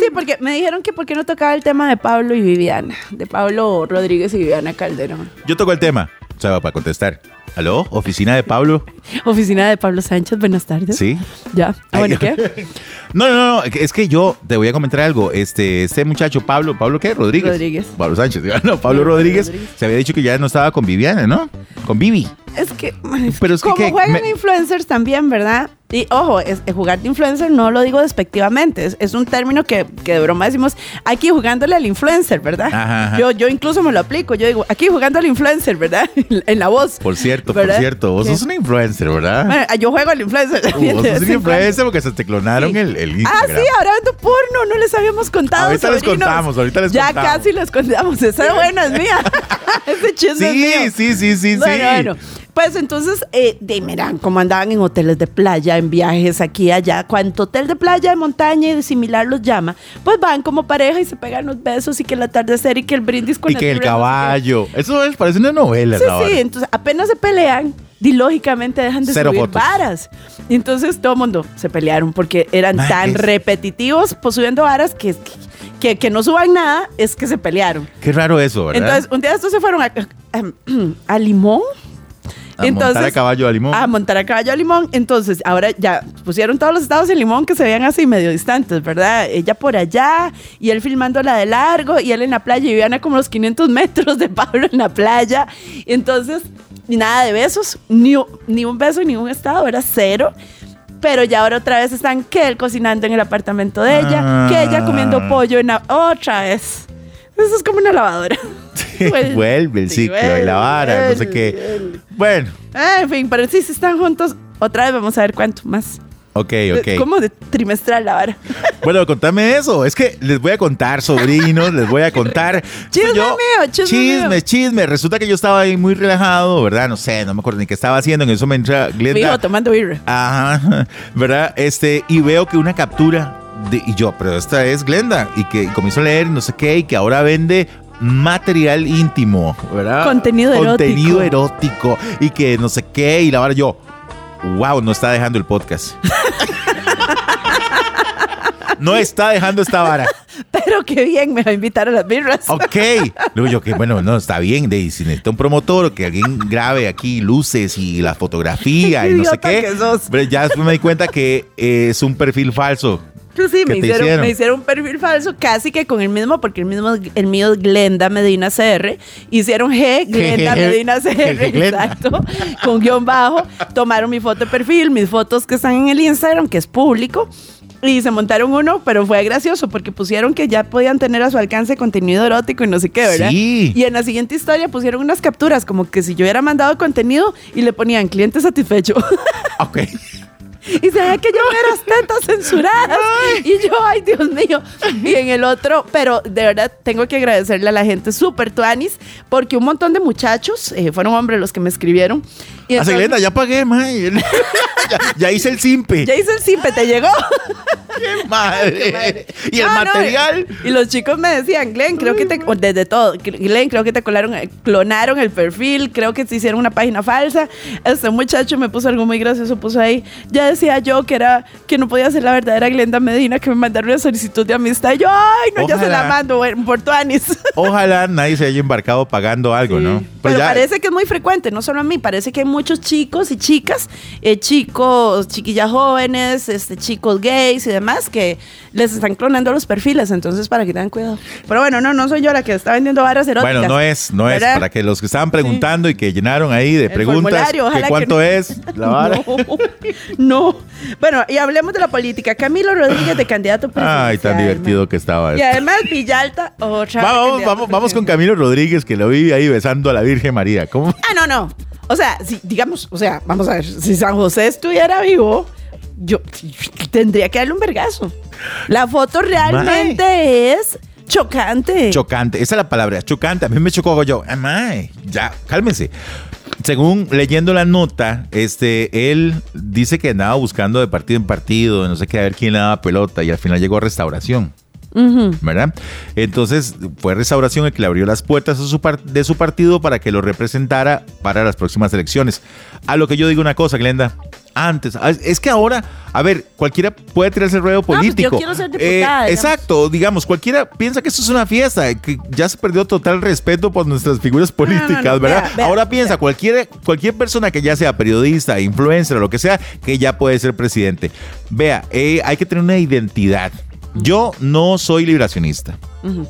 Speaker 2: Sí, porque me dijeron que por qué no tocaba el tema de Pablo y Viviana, de Pablo Rodríguez y Viviana Calderón.
Speaker 3: Yo toco el tema, o sea, para contestar. ¿Aló? ¿Oficina de Pablo?
Speaker 2: Oficina de Pablo Sánchez, buenas tardes.
Speaker 3: Sí.
Speaker 2: Ya. Ah, bueno,
Speaker 3: Ay, (laughs)
Speaker 2: ¿qué?
Speaker 3: No, no, no, es que yo te voy a comentar algo. Este, este muchacho, Pablo, ¿Pablo qué? Rodríguez.
Speaker 2: Rodríguez.
Speaker 3: Pablo Sánchez, digo, (laughs) no, Pablo Rodríguez,
Speaker 2: Rodríguez.
Speaker 3: se había dicho que ya no estaba con Viviana, ¿no? Con Vivi.
Speaker 2: Es que, man, es
Speaker 3: Pero
Speaker 2: que
Speaker 3: es que,
Speaker 2: como
Speaker 3: ¿qué?
Speaker 2: juegan
Speaker 3: Me-
Speaker 2: influencers también, ¿verdad? Y ojo, es- eh, jugar de influencer no lo digo despectivamente, es, es un término que, que de broma decimos aquí jugándole al influencer, ¿verdad?
Speaker 3: Ajá, ajá.
Speaker 2: Yo, yo incluso me lo aplico, yo digo aquí jugando al influencer, ¿verdad? (laughs) en, la voz.
Speaker 3: Por cierto, por
Speaker 2: ¿Verdad?
Speaker 3: cierto, vos
Speaker 2: ¿Qué?
Speaker 3: sos una influencer, ¿verdad?
Speaker 2: Bueno,
Speaker 3: (laughs)
Speaker 2: yo juego al influencer. (laughs) también
Speaker 3: Uh, vos
Speaker 2: de
Speaker 3: sos
Speaker 2: vez
Speaker 3: una
Speaker 2: en cuando.
Speaker 3: influencer porque se te clonaron
Speaker 2: Sí.
Speaker 3: el, el
Speaker 2: Ah,
Speaker 3: Instagram.
Speaker 2: sí, ahora vendo porno, no les habíamos contado.
Speaker 3: Ahorita les
Speaker 2: sobrinos.
Speaker 3: contamos, ahorita les
Speaker 2: ya
Speaker 3: contamos.
Speaker 2: Ya casi les contamos. Esa buena es mía. (laughs) Ese chisme es mío.
Speaker 3: Sí, sí, sí, sí,
Speaker 2: bueno,
Speaker 3: sí.
Speaker 2: bueno. Pues entonces, eh, de, miran cómo andaban en hoteles de playa, en viajes aquí y allá. Cuanto hotel de playa, de montaña y de similar los llama, pues van como pareja y se pegan los besos y que el atardecer y que el brindis con
Speaker 3: y que el
Speaker 2: birra, no sé qué.
Speaker 3: caballo. Eso es, parece una novela.
Speaker 2: Sí,
Speaker 3: la vara.
Speaker 2: sí, entonces apenas se pelean y lógicamente dejan de
Speaker 3: Cero
Speaker 2: subir
Speaker 3: fotos.
Speaker 2: varas. Y entonces todo el mundo se pelearon porque eran
Speaker 3: Mae,
Speaker 2: tan
Speaker 3: es-
Speaker 2: repetitivos pues, subiendo varas que, que, que no suban nada, es que se pelearon.
Speaker 3: Qué raro eso, ¿verdad?
Speaker 2: Entonces, un día estos se fueron a, a (clears throat) Limón.
Speaker 3: A montar a caballo a Limón. (laughs)
Speaker 2: A Ah, montar a caballo a Limón. Entonces, ahora ya pusieron todos los estados en Limón que se veían así medio distantes, ¿verdad? Ella por allá y él filmándola de largo y él en la playa y vivían a como los 500 (laughs) metros de Pablo en la playa. Entonces, ni nada de besos, ni, u- ni un beso, ni un estado, era cero. Pero ya ahora otra vez están que él cocinando en el apartamento de ella,
Speaker 3: Ah.
Speaker 2: que ella comiendo pollo en la- otra vez. Eso es como una lavadora.
Speaker 3: vuelve, el ciclo y la vara, no sé
Speaker 2: vuelve,
Speaker 3: qué.
Speaker 2: vuelve.
Speaker 3: Bueno,
Speaker 2: Ah, en fin, pero sí, si están juntos, otra vez vamos a ver cuánto más.
Speaker 3: ok, ok.
Speaker 2: Eh, Como de trimestral la vara.
Speaker 3: Bueno, contame eso. Es que les voy a contar, sobrinos, les voy a contar.
Speaker 2: (laughs) Chisme
Speaker 3: Yo-
Speaker 2: mío, chisme mío.
Speaker 3: chisme. Resulta que yo estaba ahí muy relajado, ¿verdad? No sé, no me acuerdo ni qué estaba haciendo. En eso me entra Glenda.
Speaker 2: Mi hijo tomando birra. (laughs)
Speaker 3: Ajá, (laughs) ¿verdad? Este, y veo que una captura, de, y yo, pero esta es Glenda, y que comienzo a leer, no sé qué, y que ahora vende material íntimo, ¿verdad?
Speaker 2: Contenido erótico.
Speaker 3: Contenido erótico, y que no sé qué, y la verdad yo, wow, no está dejando el podcast. (laughs) No está dejando esta vara.
Speaker 2: Pero qué bien, me va a invitar a las birras.
Speaker 3: (laughs) Ok. Luego yo, que bueno, no, está bien. De, si necesita un promotor, que alguien grabe aquí luces y la fotografía y no sé
Speaker 2: Idiota
Speaker 3: qué.
Speaker 2: que sos.
Speaker 3: Pero ya después me di cuenta que eh, es un perfil falso.
Speaker 2: Yo sí,
Speaker 3: ¿Qué
Speaker 2: me
Speaker 3: te
Speaker 2: hicieron,
Speaker 3: hicieron?
Speaker 2: me hicieron un perfil falso casi que con el mismo, porque el mismo, el mío es Glenda Medina CR. Hicieron G, Glenda Medina CR,
Speaker 6: Glenda.
Speaker 2: exacto, con guión bajo. Tomaron mi foto de perfil, mis fotos que están en el Instagram, que es público. Y se montaron uno, pero fue gracioso porque pusieron que ya podían tener a su alcance contenido erótico y no sé qué, ¿verdad?
Speaker 3: Sí.
Speaker 2: Y en la siguiente historia pusieron unas capturas, como que si yo hubiera mandado contenido y le ponían cliente satisfecho. (laughs)
Speaker 3: Ok. (laughs)
Speaker 2: Y se ve que yo veo las tetas censuradas. Y yo, ay, Dios mío. Y en el otro, pero de verdad tengo que agradecerle a la gente súper tuanis, porque un montón de muchachos, eh, fueron hombres los que me escribieron. Y
Speaker 3: Hace
Speaker 2: entonces-
Speaker 3: Glenda, ya pagué, mae. (laughs) ya, ya hice el simpe.
Speaker 2: ya hice el simpe, te llegó.
Speaker 3: ¡Qué madre! (laughs) Y el
Speaker 2: Ah, no,
Speaker 3: material.
Speaker 2: y los chicos me decían, Glenn, creo que te. o Desde todo, Glenn, creo que te colaron, eh, clonaron el perfil, creo que te hicieron una página falsa. Este muchacho me puso algo muy gracioso, puso ahí. Ya decía yo que era que no podía ser la verdadera Glenda Medina, que me mandaron una solicitud de amistad. Y yo, ay, no, ya se la
Speaker 3: Ojalá.
Speaker 2: mando, bueno, por Tuanis.
Speaker 3: Ojalá nadie se haya embarcado pagando algo, ¿no? Pues
Speaker 2: Sí. Pero
Speaker 3: ya-
Speaker 2: parece que es muy frecuente, no solo a mí, parece que hay muchos chicos y chicas, eh, chicos, chiquillas jóvenes, este, chicos gays y demás que les están clonando los perfiles, entonces para que tengan cuidado. Pero bueno, no, no soy yo la que está vendiendo varas eróticas.
Speaker 3: Bueno, no es, no es.
Speaker 2: ¿Verdad?
Speaker 3: Para que los que estaban preguntando y que llenaron ahí de
Speaker 2: El
Speaker 3: preguntas,
Speaker 2: formulario,
Speaker 3: que
Speaker 2: ojalá que
Speaker 3: ¿cuánto
Speaker 2: no. (laughs)
Speaker 3: es? La vara.
Speaker 2: (laughs) No, no. Bueno, y hablemos de la política. Camilo Rodríguez de candidato presidencial.
Speaker 3: Ay, tan divertido que estaba
Speaker 2: man. Y
Speaker 3: esto.
Speaker 2: además Villalta, otra vez
Speaker 3: Vamos,
Speaker 2: candidato
Speaker 3: vamos, vamos con
Speaker 2: presidencial.
Speaker 3: Camilo Rodríguez, que lo vi ahí besando a la Virgen María. ¿Cómo?
Speaker 2: Ah, no, no. O sea, si, digamos, o sea, vamos a ver, si San José estuviera vivo, yo tendría que darle un vergazo. La foto realmente es chocante.
Speaker 3: Chocante, esa es la palabra, chocante. A mí me chocó yo. Amay, ya, cálmense. Según leyendo la nota, este, él dice que andaba buscando de partido en partido, no sé qué, a ver quién le daba pelota y al final llegó a restauración. ¿Verdad? Entonces fue Restauración el que le abrió las puertas a su par- de su partido para que lo representara para las próximas elecciones. A lo que yo digo una cosa, Glenda. Antes, a- es que ahora, a ver, cualquiera puede tirarse el ruedo
Speaker 2: pues yo
Speaker 3: político. Eh,
Speaker 2: quiero ser diputada, digamos.
Speaker 3: exacto, digamos, cualquiera piensa que esto es una fiesta, que ya se perdió total respeto por nuestras figuras políticas,
Speaker 2: no,
Speaker 3: ¿verdad?
Speaker 2: vea, vea,
Speaker 3: ahora piensa, cualquier, cualquier persona que ya sea periodista, influencer, o lo que sea, que ya puede ser presidente. Vea, eh, hay que tener una identidad. Yo no soy libracionista,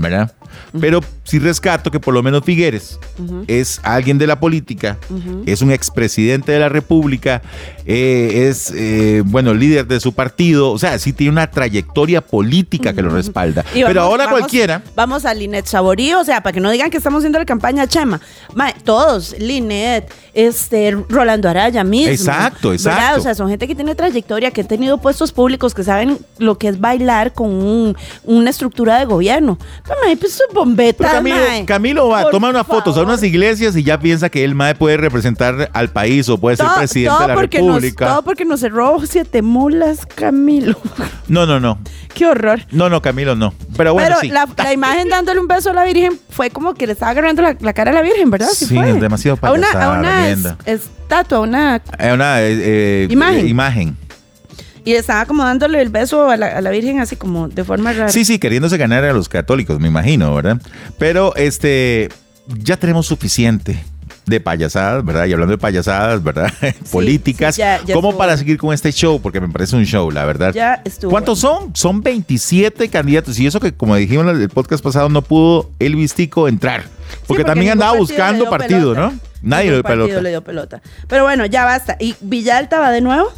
Speaker 3: ¿verdad? Pero sí rescato que por lo menos Figueres es alguien de la política, es un expresidente de la República, eh, es, eh, bueno, líder de su partido, o sea, sí tiene una trayectoria política que lo respalda.
Speaker 2: Y
Speaker 3: Pero
Speaker 2: vamos-
Speaker 3: ahora
Speaker 2: vamos-
Speaker 3: cualquiera...
Speaker 2: Vamos a Linet Saborío, o sea, para que no digan que estamos haciendo la campaña Chema. Mae, todos, Linet, este, Rolando Araya mismo.
Speaker 3: Exacto,
Speaker 2: ¿verdad?
Speaker 3: exacto.
Speaker 2: O sea, son gente que tiene trayectoria, que han tenido puestos públicos, que saben lo que es bailar con un- una estructura de gobierno. Pero, mae, pues sus bombetas,
Speaker 3: Pero Camilo,
Speaker 2: mae.
Speaker 3: Camilo va,
Speaker 2: Por
Speaker 3: toma unas fotos a
Speaker 2: favor.
Speaker 3: unas iglesias y ya piensa que el MAE puede representar al país o puede ser
Speaker 2: Todo-
Speaker 3: presidente
Speaker 2: todo
Speaker 3: de la
Speaker 2: porque nos-
Speaker 3: República.
Speaker 2: todo porque nos cerró siete mulas, Camilo. (laughs)
Speaker 3: No, no, no.
Speaker 2: Qué horror.
Speaker 3: No, no, Camilo, no. Pero Ah, bueno,
Speaker 2: Pero
Speaker 3: sí.
Speaker 2: la, la imagen dándole un beso a la Virgen fue como que le estaba agarrando la, la cara a la Virgen, ¿verdad?
Speaker 3: Sí,
Speaker 2: fue.
Speaker 3: es demasiado
Speaker 2: A una, a
Speaker 3: payasada,
Speaker 2: una es-
Speaker 3: Brenda.
Speaker 2: estatua, a una.
Speaker 3: Eh, una eh, eh,
Speaker 2: Imagen.
Speaker 3: eh, imagen.
Speaker 2: Y estaba como dándole el beso a la, a la Virgen así como de forma rara.
Speaker 3: Sí, sí, queriéndose ganar a los católicos, me imagino, ¿verdad? Pero este, ya tenemos suficiente de payasadas, ¿verdad? Y hablando de payasadas, ¿verdad? (laughs) Políticas.
Speaker 2: sí, ya- ya
Speaker 3: ¿Cómo
Speaker 2: estuvo
Speaker 3: para
Speaker 2: bueno.
Speaker 3: seguir con este show? Porque me parece un show, la verdad.
Speaker 2: Ya estuvo.
Speaker 3: ¿Cuántos son? Son 27 candidatos. Y eso que, como dijimos en el podcast pasado, no pudo el vistico entrar. Porque,
Speaker 2: Sí,
Speaker 3: también
Speaker 2: ningún
Speaker 3: andaba
Speaker 2: partido le
Speaker 3: buscando
Speaker 2: dio
Speaker 3: partido,
Speaker 2: pelota.
Speaker 3: ¿no? Nadie le
Speaker 2: Ningún
Speaker 3: dio
Speaker 2: partido
Speaker 3: pelota.
Speaker 2: le dio pelota. Pero bueno, ya basta. Y Villalta va de nuevo.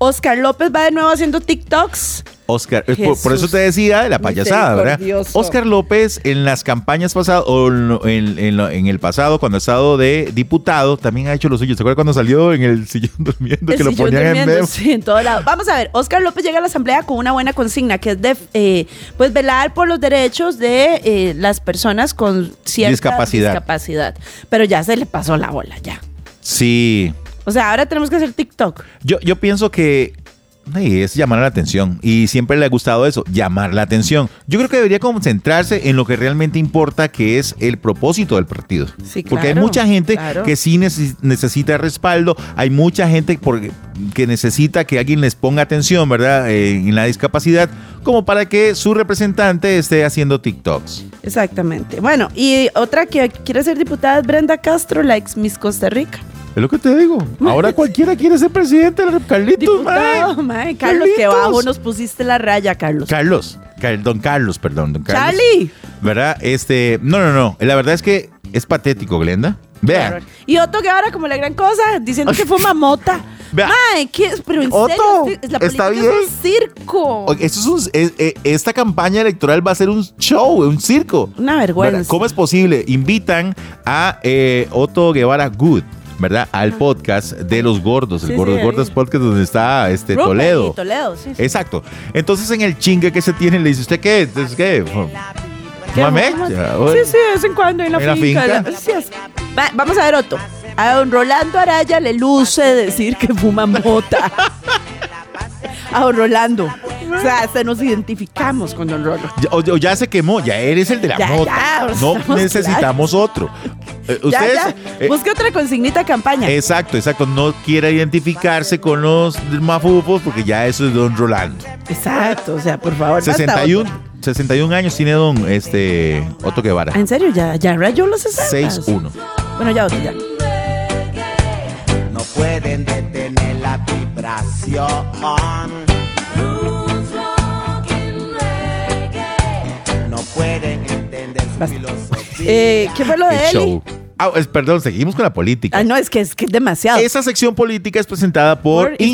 Speaker 2: Oscar López va de nuevo haciendo TikToks.
Speaker 3: Oscar, eh, por, por eso
Speaker 2: Jesús
Speaker 3: te decía de la payasada, ¿verdad?
Speaker 2: misericordioso.
Speaker 3: Oscar López en las campañas pasadas, o en, lo- en- en lo- en el pasado, cuando ha estado de diputado, también ha hecho lo suyo. ¿Se acuerdan cuando salió en el sillón (laughs) durmiendo? que
Speaker 2: El
Speaker 3: lo
Speaker 2: sillón
Speaker 3: ponían en
Speaker 2: durmiendo,
Speaker 3: medio.
Speaker 2: (laughs) sí, en todo lado. Vamos a ver, Oscar López llega a la asamblea con una buena consigna, que es de, eh, pues, velar por los derechos de eh, las personas con cierta
Speaker 3: Discapacidad.
Speaker 2: discapacidad. Pero ya se le pasó la bola, ya.
Speaker 3: Sí.
Speaker 2: O sea, ahora tenemos que hacer TikTok.
Speaker 3: Yo, yo pienso que ay, es llamar la atención. Y siempre le ha gustado eso, llamar la atención. Yo creo que debería concentrarse en lo que realmente importa, que es el propósito del partido.
Speaker 2: Sí,
Speaker 3: Porque hay
Speaker 2: claro,
Speaker 3: mucha gente
Speaker 2: claro.
Speaker 3: que sí neces- necesita respaldo, hay mucha gente por- que necesita que alguien les ponga atención, ¿verdad? Eh, en la discapacidad, como para que su representante esté haciendo TikToks.
Speaker 2: Exactamente. Bueno, y otra que quiere ser diputada es Brenda Castro, la ex Miss Costa Rica.
Speaker 3: Es lo que te digo. Ahora cualquiera quiere ser presidente de la Carlitos, mae.
Speaker 2: Diputado, mae, Carlos, que
Speaker 3: Carlitos.
Speaker 2: bajo nos pusiste la raya, Carlos.
Speaker 3: Carlos, Car- don Carlos, perdón, don Carlos.
Speaker 2: Charlie.
Speaker 3: ¿Verdad? Este, no, no, no. La verdad es que es patético, Glenda. Vean.
Speaker 2: Y Otto Guevara como la gran cosa, diciendo que fuma mota.
Speaker 3: (laughs) Vea.
Speaker 2: Mae, ¿qué es? Pero en
Speaker 3: Otto,
Speaker 2: serio, este- la
Speaker 3: está
Speaker 2: política
Speaker 3: bien.
Speaker 2: es un circo.
Speaker 3: Oye, esto es un- es- eh, esta campaña electoral va a ser un show, un circo.
Speaker 2: Una vergüenza.
Speaker 3: ¿Verdad? ¿Cómo es posible? Invitan a eh, Otto Guevara Good, ¿verdad? Al podcast de los gordos, el
Speaker 2: Sí,
Speaker 3: Gordos
Speaker 2: sí,
Speaker 3: Gordos
Speaker 2: ahí.
Speaker 3: Podcast donde está este
Speaker 2: Rupert
Speaker 3: Toledo. Eh,
Speaker 2: y Toledo, sí, sí.
Speaker 3: Exacto. Entonces en el chingue que se tiene le dice, ¿usted qué? ¿Usted qué?
Speaker 2: ¿Qué
Speaker 3: Mame,
Speaker 2: vamos?
Speaker 3: ya,
Speaker 2: Sí,
Speaker 3: bueno.
Speaker 2: sí, de vez en cuando en la
Speaker 3: ¿En la
Speaker 2: finca.
Speaker 3: finca?
Speaker 2: la- sí es. Va- vamos a ver, Otto. A don Rolando Araya le luce decir que fuma mota. (laughs) A don Rolando. O sea, hasta nos identificamos con don Rolando.
Speaker 3: Ya- O, o ya se quemó, ya eres el de la
Speaker 2: Ya,
Speaker 3: mota.
Speaker 2: ya, o sea,
Speaker 3: no
Speaker 2: (laughs) estamos
Speaker 3: necesitamos otro. Eh, ustedes,
Speaker 2: ya, ya.
Speaker 3: eh,
Speaker 2: Busque otra consignita de campaña.
Speaker 3: exacto, exacto. No quiera identificarse con los mafufos porque ya eso es Don Rolando.
Speaker 2: Exacto, o sea, por favor. basta,
Speaker 3: 61,
Speaker 2: Otto.
Speaker 3: 61 años tiene Don este Otto Guevara.
Speaker 2: Ah, En serio, ya, ya rayó los 60.
Speaker 3: 6-1.
Speaker 2: Bueno, ya, Otto, ya.
Speaker 6: no pueden detener la vibración. No pueden entender su
Speaker 2: Basta.
Speaker 6: filosofía.
Speaker 2: Eh, ¿Qué fue lo de
Speaker 3: El
Speaker 2: Eli?
Speaker 3: show. Ah, es- perdón, seguimos con la política.
Speaker 2: Ah, no, es que es, que es demasiado.
Speaker 3: Esa sección política es presentada por,
Speaker 2: Por
Speaker 3: Instrumentos,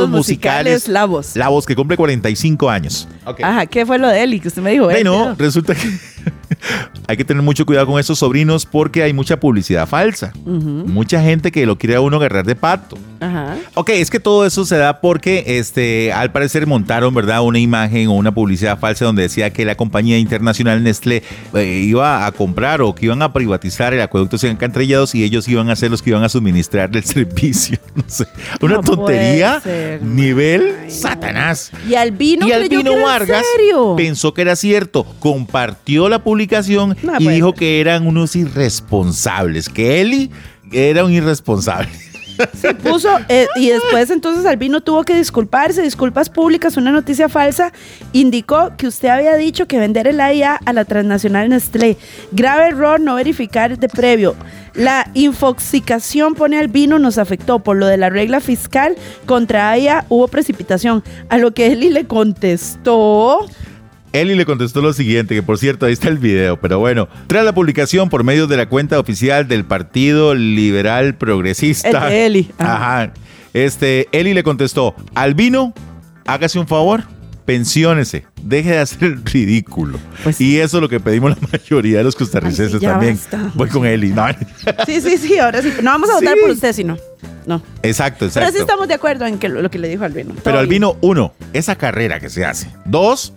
Speaker 2: Instrumentos
Speaker 3: Musicales,
Speaker 2: Musicales La Voz.
Speaker 3: La Voz, que cumple 45 años. Ok.
Speaker 2: Ajá, ¿qué fue lo de Eli? Que usted me dijo. eh,
Speaker 3: Bueno,
Speaker 2: pero-
Speaker 3: resulta que (laughs) hay que tener mucho cuidado con esos sobrinos porque hay mucha publicidad falsa. Mucha gente que lo quiere a uno agarrar de pato.
Speaker 2: Ajá.
Speaker 3: Ok, es que todo eso se da porque este, al parecer montaron, ¿verdad?, una imagen o una publicidad falsa donde decía que la compañía internacional Nestlé eh, iba a comprar o que iban a privatizar el acueducto de Encantrellados y ellos iban a ser los que iban a suministrar el (laughs) servicio. No sé, una
Speaker 2: No
Speaker 3: tontería,
Speaker 2: puede ser.
Speaker 3: nivel Satanás.
Speaker 2: Y Albino
Speaker 3: y
Speaker 2: creyó que
Speaker 3: Albino
Speaker 2: era en
Speaker 3: Vargas
Speaker 2: serio.
Speaker 3: pensó que era cierto, compartió la publicación
Speaker 2: No pues.
Speaker 3: y
Speaker 2: puede
Speaker 3: dijo
Speaker 2: ser.
Speaker 3: que eran unos irresponsables, que Eli era un irresponsable.
Speaker 2: Se puso eh, y después entonces Albino tuvo que disculparse, disculpas públicas, una noticia falsa. Indicó que usted había dicho que vender el AIA a la transnacional Nestlé. Grave error no verificar de previo. La infoxicación pone Albino nos afectó por lo de la regla fiscal contra AIA hubo precipitación. A lo que Eli le contestó.
Speaker 3: Eli le contestó lo siguiente, que por cierto ahí está el video, pero bueno, tras la publicación por medio de la cuenta oficial del Partido Liberal Progresista.
Speaker 2: El de Eli, ah.
Speaker 3: Ajá.
Speaker 2: ajá.
Speaker 3: Este, Eli le contestó, Albino, hágase un favor, pensiónese, deje de hacer el ridículo.
Speaker 2: Pues
Speaker 3: y eso es lo que pedimos la mayoría de los costarricenses
Speaker 2: Ay, sí, ya
Speaker 3: también.
Speaker 2: basta.
Speaker 3: Voy con Eli. No,
Speaker 2: Sí, sí, sí, ahora sí. No vamos a votar
Speaker 3: Sí.
Speaker 2: por usted, sino. No.
Speaker 3: exacto, exacto.
Speaker 2: Pero sí estamos de acuerdo en que lo, lo que le dijo Albino. Todo
Speaker 3: Pero
Speaker 2: bien.
Speaker 3: Albino, uno, esa carrera que se hace. Dos,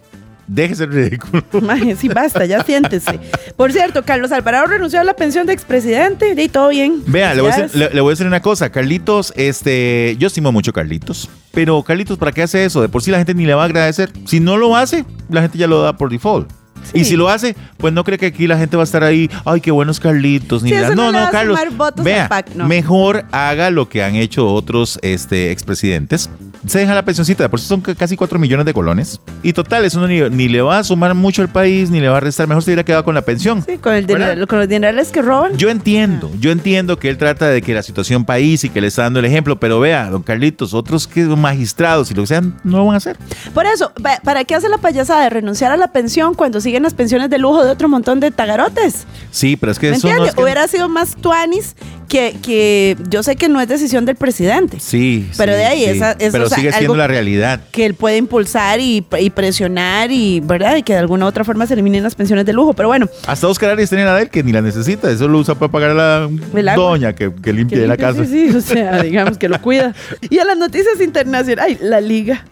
Speaker 3: déjese el ridículo.
Speaker 2: (laughs) Maje, sí, basta, ya siéntese. Por cierto, Carlos Alvarado renunció a la pensión de expresidente. De ahí todo bien.
Speaker 3: Vea, le voy, a decir,
Speaker 2: Felicidades.
Speaker 3: le- le voy a decir una cosa, Carlitos, este, yo estimo mucho a Carlitos, pero Carlitos, ¿para qué hace eso? De por sí la gente ni le va a agradecer. Si no lo hace, la gente ya lo da por default. Y
Speaker 2: Sí.
Speaker 3: si lo hace, pues no cree que aquí la gente va a estar ahí, ay, qué buenos Carlitos. Ni
Speaker 2: Sí,
Speaker 3: nada.
Speaker 2: eso no
Speaker 3: No,
Speaker 2: le
Speaker 3: no,
Speaker 2: va a
Speaker 3: Carlos.
Speaker 2: sumar votos
Speaker 3: vea,
Speaker 2: al PAC, no.
Speaker 3: mejor haga lo que han hecho otros este, expresidentes. Se deja la pensioncita, de por sí son ca- casi 4 millones de colones. Y total, eso no ni, ni le va a sumar mucho al país, ni le va a restar. Mejor se hubiera quedado con la pensión.
Speaker 2: Sí, con, el dinero-
Speaker 3: ¿Verdad?
Speaker 2: con los dinerales que roban.
Speaker 3: Yo entiendo, yo entiendo que él trata de que la situación país y que le está dando el ejemplo, pero vea, don Carlitos, otros que son magistrados y lo que sean, no lo van a hacer.
Speaker 2: Por eso, pa- ¿para qué hace la payasada de renunciar a la pensión cuando siguen las pensiones de lujo de otro montón de tagarotes?
Speaker 3: Sí, pero es que
Speaker 2: ¿Me
Speaker 3: eso no
Speaker 2: entiendes?
Speaker 3: es que-
Speaker 2: Hubiera sido más tuanis que, que yo sé que no es decisión del presidente.
Speaker 3: Sí,
Speaker 2: Pero
Speaker 3: sí,
Speaker 2: de ahí,
Speaker 3: sí.
Speaker 2: esa- eso,
Speaker 3: pero
Speaker 2: o sea,
Speaker 3: sigue siendo
Speaker 2: algo-
Speaker 3: la realidad.
Speaker 2: que él puede impulsar y, y presionar y, ¿verdad? Y que de alguna u otra forma se eliminen las pensiones de lujo. Pero bueno,
Speaker 3: Hasta Oscar Arias tiene la de él que ni la necesita, eso lo usa para pagar a
Speaker 2: El
Speaker 3: la
Speaker 2: agua.
Speaker 3: doña que, que limpie
Speaker 2: Que
Speaker 3: la
Speaker 2: limpia,
Speaker 3: casa.
Speaker 2: Sí, sí,
Speaker 3: (laughs)
Speaker 2: o sea, digamos que lo cuida. Y a las noticias internacionales, ay, la liga.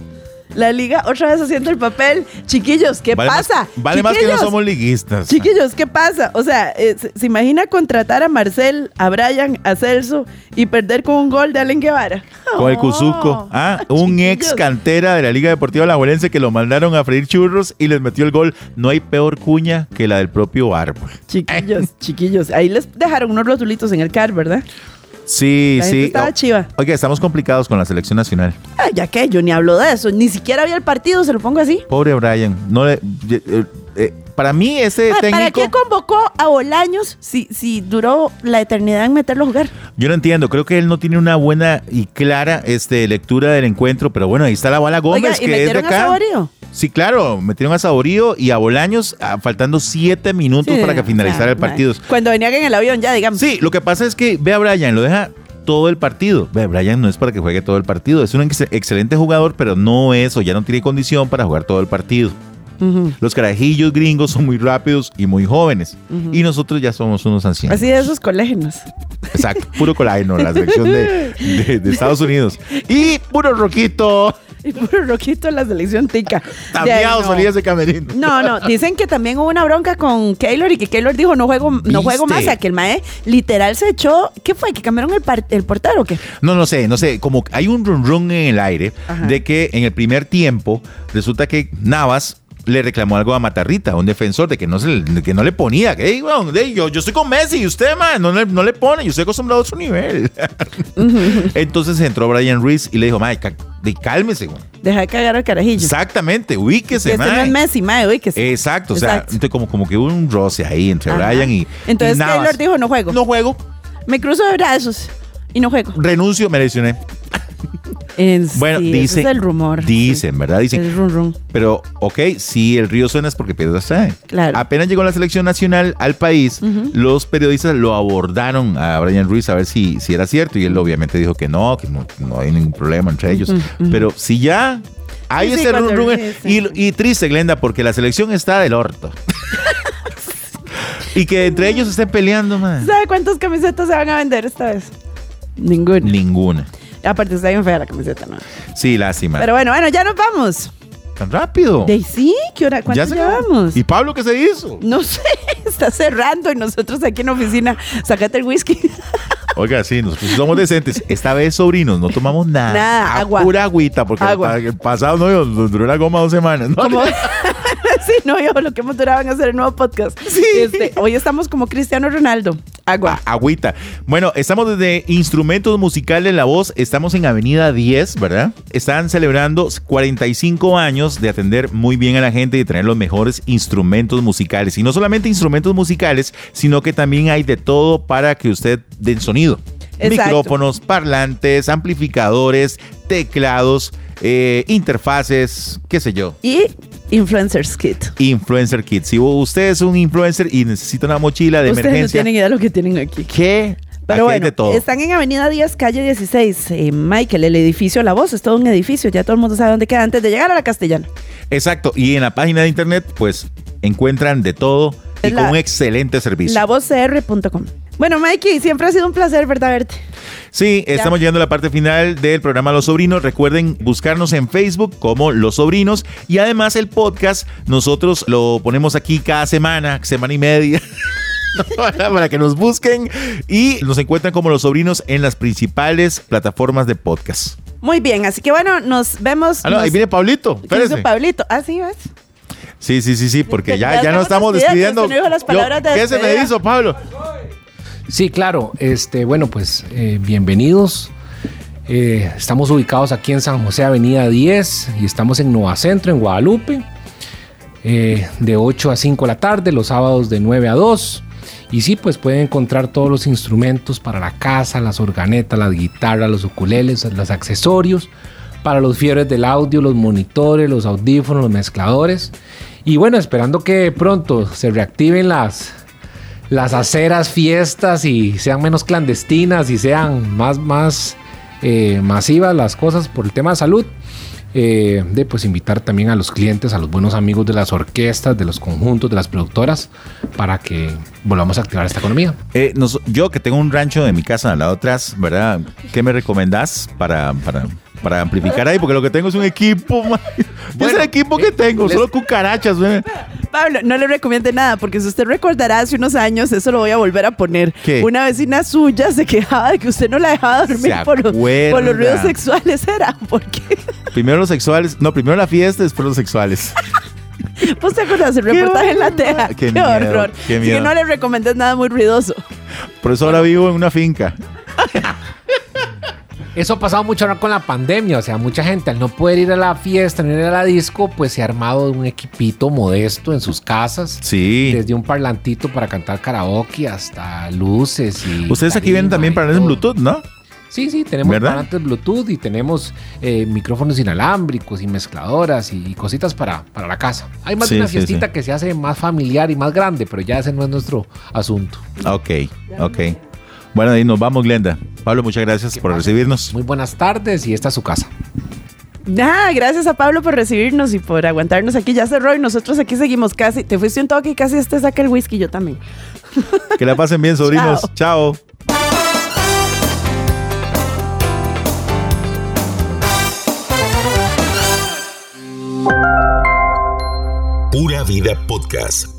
Speaker 2: La liga otra vez haciendo el papel. Chiquillos, ¿qué
Speaker 3: Vale más-
Speaker 2: pasa?
Speaker 3: vale más que no
Speaker 2: Chiquillos,
Speaker 3: somos liguistas.
Speaker 2: Chiquillos, ¿qué pasa? O sea, eh, se, se imagina contratar a Marcel, a Brian, a Celso y perder con un gol de
Speaker 3: (laughs)
Speaker 2: Allen Guevara?
Speaker 3: Con el
Speaker 2: No.
Speaker 3: Cuzuco,
Speaker 2: (laughs)
Speaker 3: ah, un ex
Speaker 2: Chiquillos.
Speaker 3: cantera de la Liga Deportiva Alajuelense que lo mandaron a freír churros y les metió el gol. No hay peor cuña que la del propio árbol.
Speaker 2: Chiquillos,
Speaker 3: (laughs)
Speaker 2: chiquillos. Ahí les dejaron unos rotulitos en el car, ¿verdad?
Speaker 3: Sí,
Speaker 2: La
Speaker 3: sí. Oh.
Speaker 2: gente estaba
Speaker 3: O-
Speaker 2: chiva.
Speaker 3: Oiga, estamos complicados con la selección nacional.
Speaker 2: Ay, ya que yo ni hablo de eso. Ni siquiera había el partido, se lo pongo así.
Speaker 3: Pobre Brian. No le, eh, eh, para mí ese
Speaker 2: Ma, ¿Para
Speaker 3: técnico...
Speaker 2: qué convocó a Bolaños si, si duró la eternidad en meterlo a jugar?
Speaker 3: Yo no entiendo, creo que él no tiene una buena y clara este, lectura del encuentro, pero bueno, ahí está la bala Gómez,
Speaker 2: Oiga,
Speaker 3: que
Speaker 2: ¿y
Speaker 3: es de
Speaker 2: metieron a
Speaker 3: acá.
Speaker 2: Saborío?
Speaker 3: Sí, claro, metieron a Saborío y a Bolaños ah, faltando siete minutos
Speaker 2: Sí,
Speaker 3: para que finalizara
Speaker 2: ah,
Speaker 3: el partido.
Speaker 2: ma. Cuando venían en el avión ya, digamos.
Speaker 3: Sí, lo que pasa es que ve a Brian, lo deja todo el partido. Ve, Brian no es para que juegue todo el partido, es un ex- excelente jugador, pero no es o ya no tiene condición para jugar todo el partido.
Speaker 2: Ujú.
Speaker 3: Los carajillos gringos son muy rápidos y muy jóvenes. Y nosotros ya somos unos ancianos.
Speaker 2: Así de esos colégenos. (laughs)
Speaker 3: Exacto, puro colágeno, la selección de, de- de Estados Unidos. Y puro roquito,
Speaker 2: Y puro roquito en la selección tica. De ahí
Speaker 3: tapiado
Speaker 2: no.
Speaker 3: salía ese camerino.
Speaker 2: No, no, dicen que también hubo una bronca con Keylor y que Keylor dijo no juego, no juego
Speaker 3: ¿Viste?
Speaker 2: más, a que el mae literal se echó, ¿qué fue? ¿Que cambiaron el, par- el portero o qué?
Speaker 3: No, no sé, no sé, como hay un run run en el aire
Speaker 2: Ajá.
Speaker 3: de que en el primer tiempo resulta que Navas le reclamó algo a Matarrita, un defensor de que no, se, le- que no le ponía. Que, "Ey, weón, ey, yo, yo estoy con Messi y usted, man, no, le- no le pone, yo estoy acostumbrado a su nivel. (laughs) Entonces entró Brian Ruiz y le dijo, mae, ca- de- cálmese, weón".
Speaker 2: Deja de cagar al carajillo.
Speaker 3: Exactamente,
Speaker 2: Que
Speaker 3: ubíquese,
Speaker 2: este no es
Speaker 3: mae. Eh,
Speaker 2: Messi, mae, uy, que sí.
Speaker 3: Exacto, o sea,
Speaker 2: Exacto.
Speaker 3: entonces como, como que hubo un roce ahí entre
Speaker 2: Ajá.
Speaker 3: Brian y.
Speaker 2: Entonces
Speaker 3: y Navas.
Speaker 2: Keylor dijo, "No juego".
Speaker 3: No juego,
Speaker 2: Me cruzo de brazos y no juego.
Speaker 3: renuncio, me lesioné.
Speaker 2: En
Speaker 3: Bueno,
Speaker 2: sí, ese
Speaker 3: dice.
Speaker 2: es el rumor.
Speaker 3: Dicen, ¿verdad?
Speaker 2: Sí,
Speaker 3: Dicen.
Speaker 2: El run run.
Speaker 3: Pero, ok, si el río suena es porque Pedro sabe.
Speaker 2: Claro.
Speaker 3: Apenas llegó la selección nacional al país, los periodistas lo abordaron a Brian Ruiz a ver si, si era cierto. Y él obviamente dijo que no, que no, no hay ningún problema entre ellos. Pero si ya hay
Speaker 2: Sí, sí,
Speaker 3: ese
Speaker 2: cuando
Speaker 3: run run-
Speaker 2: sí, sí.
Speaker 3: y, y triste, Glenda, porque la selección está del
Speaker 2: (laughs)
Speaker 3: orto. y que entre ellos estén peleando, man.
Speaker 2: ¿Sabe cuántas camisetas se van a vender esta vez? Ninguna.
Speaker 3: Ninguna.
Speaker 2: Aparte está bien fea la camiseta, ¿no?
Speaker 3: Sí, lástima.
Speaker 2: Pero bueno, bueno, ya nos vamos.
Speaker 3: Tan rápido.
Speaker 2: ¿De ahí sí? ¿Qué hora? ¿Cuánto
Speaker 3: se acabó.
Speaker 2: llevamos?
Speaker 3: ¿Y Pablo qué se hizo?
Speaker 2: No sé, (laughs) está cerrando y nosotros aquí en la oficina, sacate el whisky. (laughs)
Speaker 3: Oiga, sí, nosotros somos decentes. Esta vez, sobrinos, no tomamos nada.
Speaker 2: Nada,
Speaker 3: Ah,
Speaker 2: agua.
Speaker 3: Pura agüita, porque
Speaker 2: Agua.
Speaker 3: el pasado no nos duró la goma dos semanas. ¿no?
Speaker 2: Como, sí, no, yo lo que hemos durado en hacer el nuevo podcast. Este, hoy estamos como Cristiano Ronaldo. Agua.
Speaker 3: Ah, Agüita. Bueno, estamos desde Instrumentos Musicales La Voz. Estamos en Avenida 10, ¿verdad? Están celebrando 45 años de atender muy bien a la gente y de tener los mejores instrumentos musicales. Y no solamente instrumentos musicales, sino que también hay de todo para que usted dé sonido.
Speaker 2: Exacto.
Speaker 3: Micrófonos, parlantes, amplificadores, teclados, eh, interfaces, qué sé yo.
Speaker 2: Y Influencers Kit.
Speaker 3: Influencer Kit. Si usted es un influencer y necesita una mochila de
Speaker 2: Ustedes no
Speaker 3: emergencia,
Speaker 2: tienen idea de lo que tienen aquí.
Speaker 3: ¿qué? Aquí
Speaker 2: Pero
Speaker 3: hay
Speaker 2: bueno,
Speaker 3: de todo.
Speaker 2: están en Avenida 10, calle 16. Eh, Michael, el edificio La Voz, es todo un edificio. Ya todo el mundo sabe dónde queda antes de llegar a la Castellana.
Speaker 3: Exacto, y en la página de internet pues encuentran de todo y
Speaker 2: Es
Speaker 3: con
Speaker 2: la-
Speaker 3: un excelente servicio.
Speaker 2: LaVozCR.com. Bueno, Mikey, siempre ha sido un placer, ¿verdad? Verte.
Speaker 3: sí, estamos llegando a la parte final del programa Los Sobrinos. Recuerden buscarnos en Facebook como Los Sobrinos y además el podcast nosotros lo ponemos aquí cada semana, semana y media. (laughs) para que nos busquen y nos encuentran como los sobrinos en las principales plataformas de podcast.
Speaker 2: Muy bien, así que bueno, nos vemos.
Speaker 3: Ah, no,
Speaker 2: nos-
Speaker 3: ahí viene Pablito.
Speaker 2: ¿Qué hizo
Speaker 3: espérese.
Speaker 2: Pablito? Ah, sí, ¿ves?
Speaker 3: Sí, sí, sí, sí, porque ya,
Speaker 2: Ya
Speaker 3: ya nos estamos
Speaker 2: estamos
Speaker 3: despidiendo.
Speaker 2: despidiendo, usted no dijo las
Speaker 3: Yo-
Speaker 2: palabras de
Speaker 3: ¿Qué se me
Speaker 2: despedida.
Speaker 3: hizo, Pablo?
Speaker 4: Sí, claro. Este, bueno, pues eh, bienvenidos. Eh, estamos ubicados aquí en San José, Avenida 10, y estamos en Nueva Centro, en Guadalupe, eh, de 8 a 5 de la tarde, los sábados de 9 a 2. Y sí, pues pueden encontrar todos los instrumentos para la casa, las organetas, las guitarras, los ukuleles, los accesorios, para los fiebres del audio, los monitores, los audífonos, los mezcladores. Y bueno, esperando que pronto se reactiven las, las aceras, fiestas y sean menos clandestinas y sean más, más eh, masivas las cosas por el tema de salud. eh, de pues invitar también a los clientes, a los buenos amigos de las orquestas, de los conjuntos, de las productoras, para que volvamos a activar esta economía.
Speaker 3: Eh, nos- yo que tengo un rancho de mi casa al lado atrás, ¿verdad? ¿Qué me recomendás para, para, para amplificar ahí? Porque lo que tengo es un equipo. (laughs) man. es el equipo que tengo, solo cucarachas. man.
Speaker 2: Pablo, no le recomiende nada, porque si usted recordará hace unos años, eso lo voy a volver a poner.
Speaker 3: ¿Qué?
Speaker 2: Una vecina suya se quejaba de que usted no la dejaba dormir
Speaker 3: Se
Speaker 2: por los,
Speaker 3: acuerda.
Speaker 2: por los ruidos sexuales, ¿era? Porque
Speaker 3: Primero los sexuales. No, primero la fiesta, después los sexuales.
Speaker 2: vos Pues, te acuerdas el reportaje en la teja.
Speaker 3: Qué
Speaker 2: (laughs) Qué,
Speaker 3: miedo,
Speaker 2: horror.
Speaker 3: qué
Speaker 2: Así
Speaker 3: miedo.
Speaker 2: que no le recomiendes nada muy ruidoso.
Speaker 3: Por eso ahora vivo en una finca.
Speaker 4: Eso ha pasado mucho ahora con la pandemia. O sea, mucha gente al no poder ir a la fiesta, no ir a la disco, pues se ha armado un equipito modesto en sus casas.
Speaker 3: Sí.
Speaker 4: Desde un parlantito para cantar karaoke hasta luces y.
Speaker 3: Ustedes aquí
Speaker 4: tarima
Speaker 3: vienen también
Speaker 4: y
Speaker 3: para el
Speaker 4: todo.
Speaker 3: Bluetooth, ¿no?
Speaker 4: Sí, sí, tenemos
Speaker 3: ¿Verdad?
Speaker 4: parlantes Bluetooth y tenemos eh, micrófonos inalámbricos y mezcladoras y, y cositas para, para la casa. Hay más
Speaker 3: Sí,
Speaker 4: de una
Speaker 3: sí,
Speaker 4: fiestita
Speaker 3: sí.
Speaker 4: que se hace más familiar y más grande, pero ya ese no es nuestro asunto.
Speaker 3: Ok, ok. Bueno, ahí nos vamos, Glenda. Pablo, muchas gracias por recibirnos.
Speaker 4: Muy buenas tardes y esta es su casa.
Speaker 2: Ah, gracias a Pablo por recibirnos y por aguantarnos aquí. Ya cerró y nosotros aquí seguimos casi. Te fuiste un toque y casi este saca el whisky, yo también.
Speaker 3: Que la pasen bien, sobrinos. Chao.
Speaker 1: Pura Vida Podcast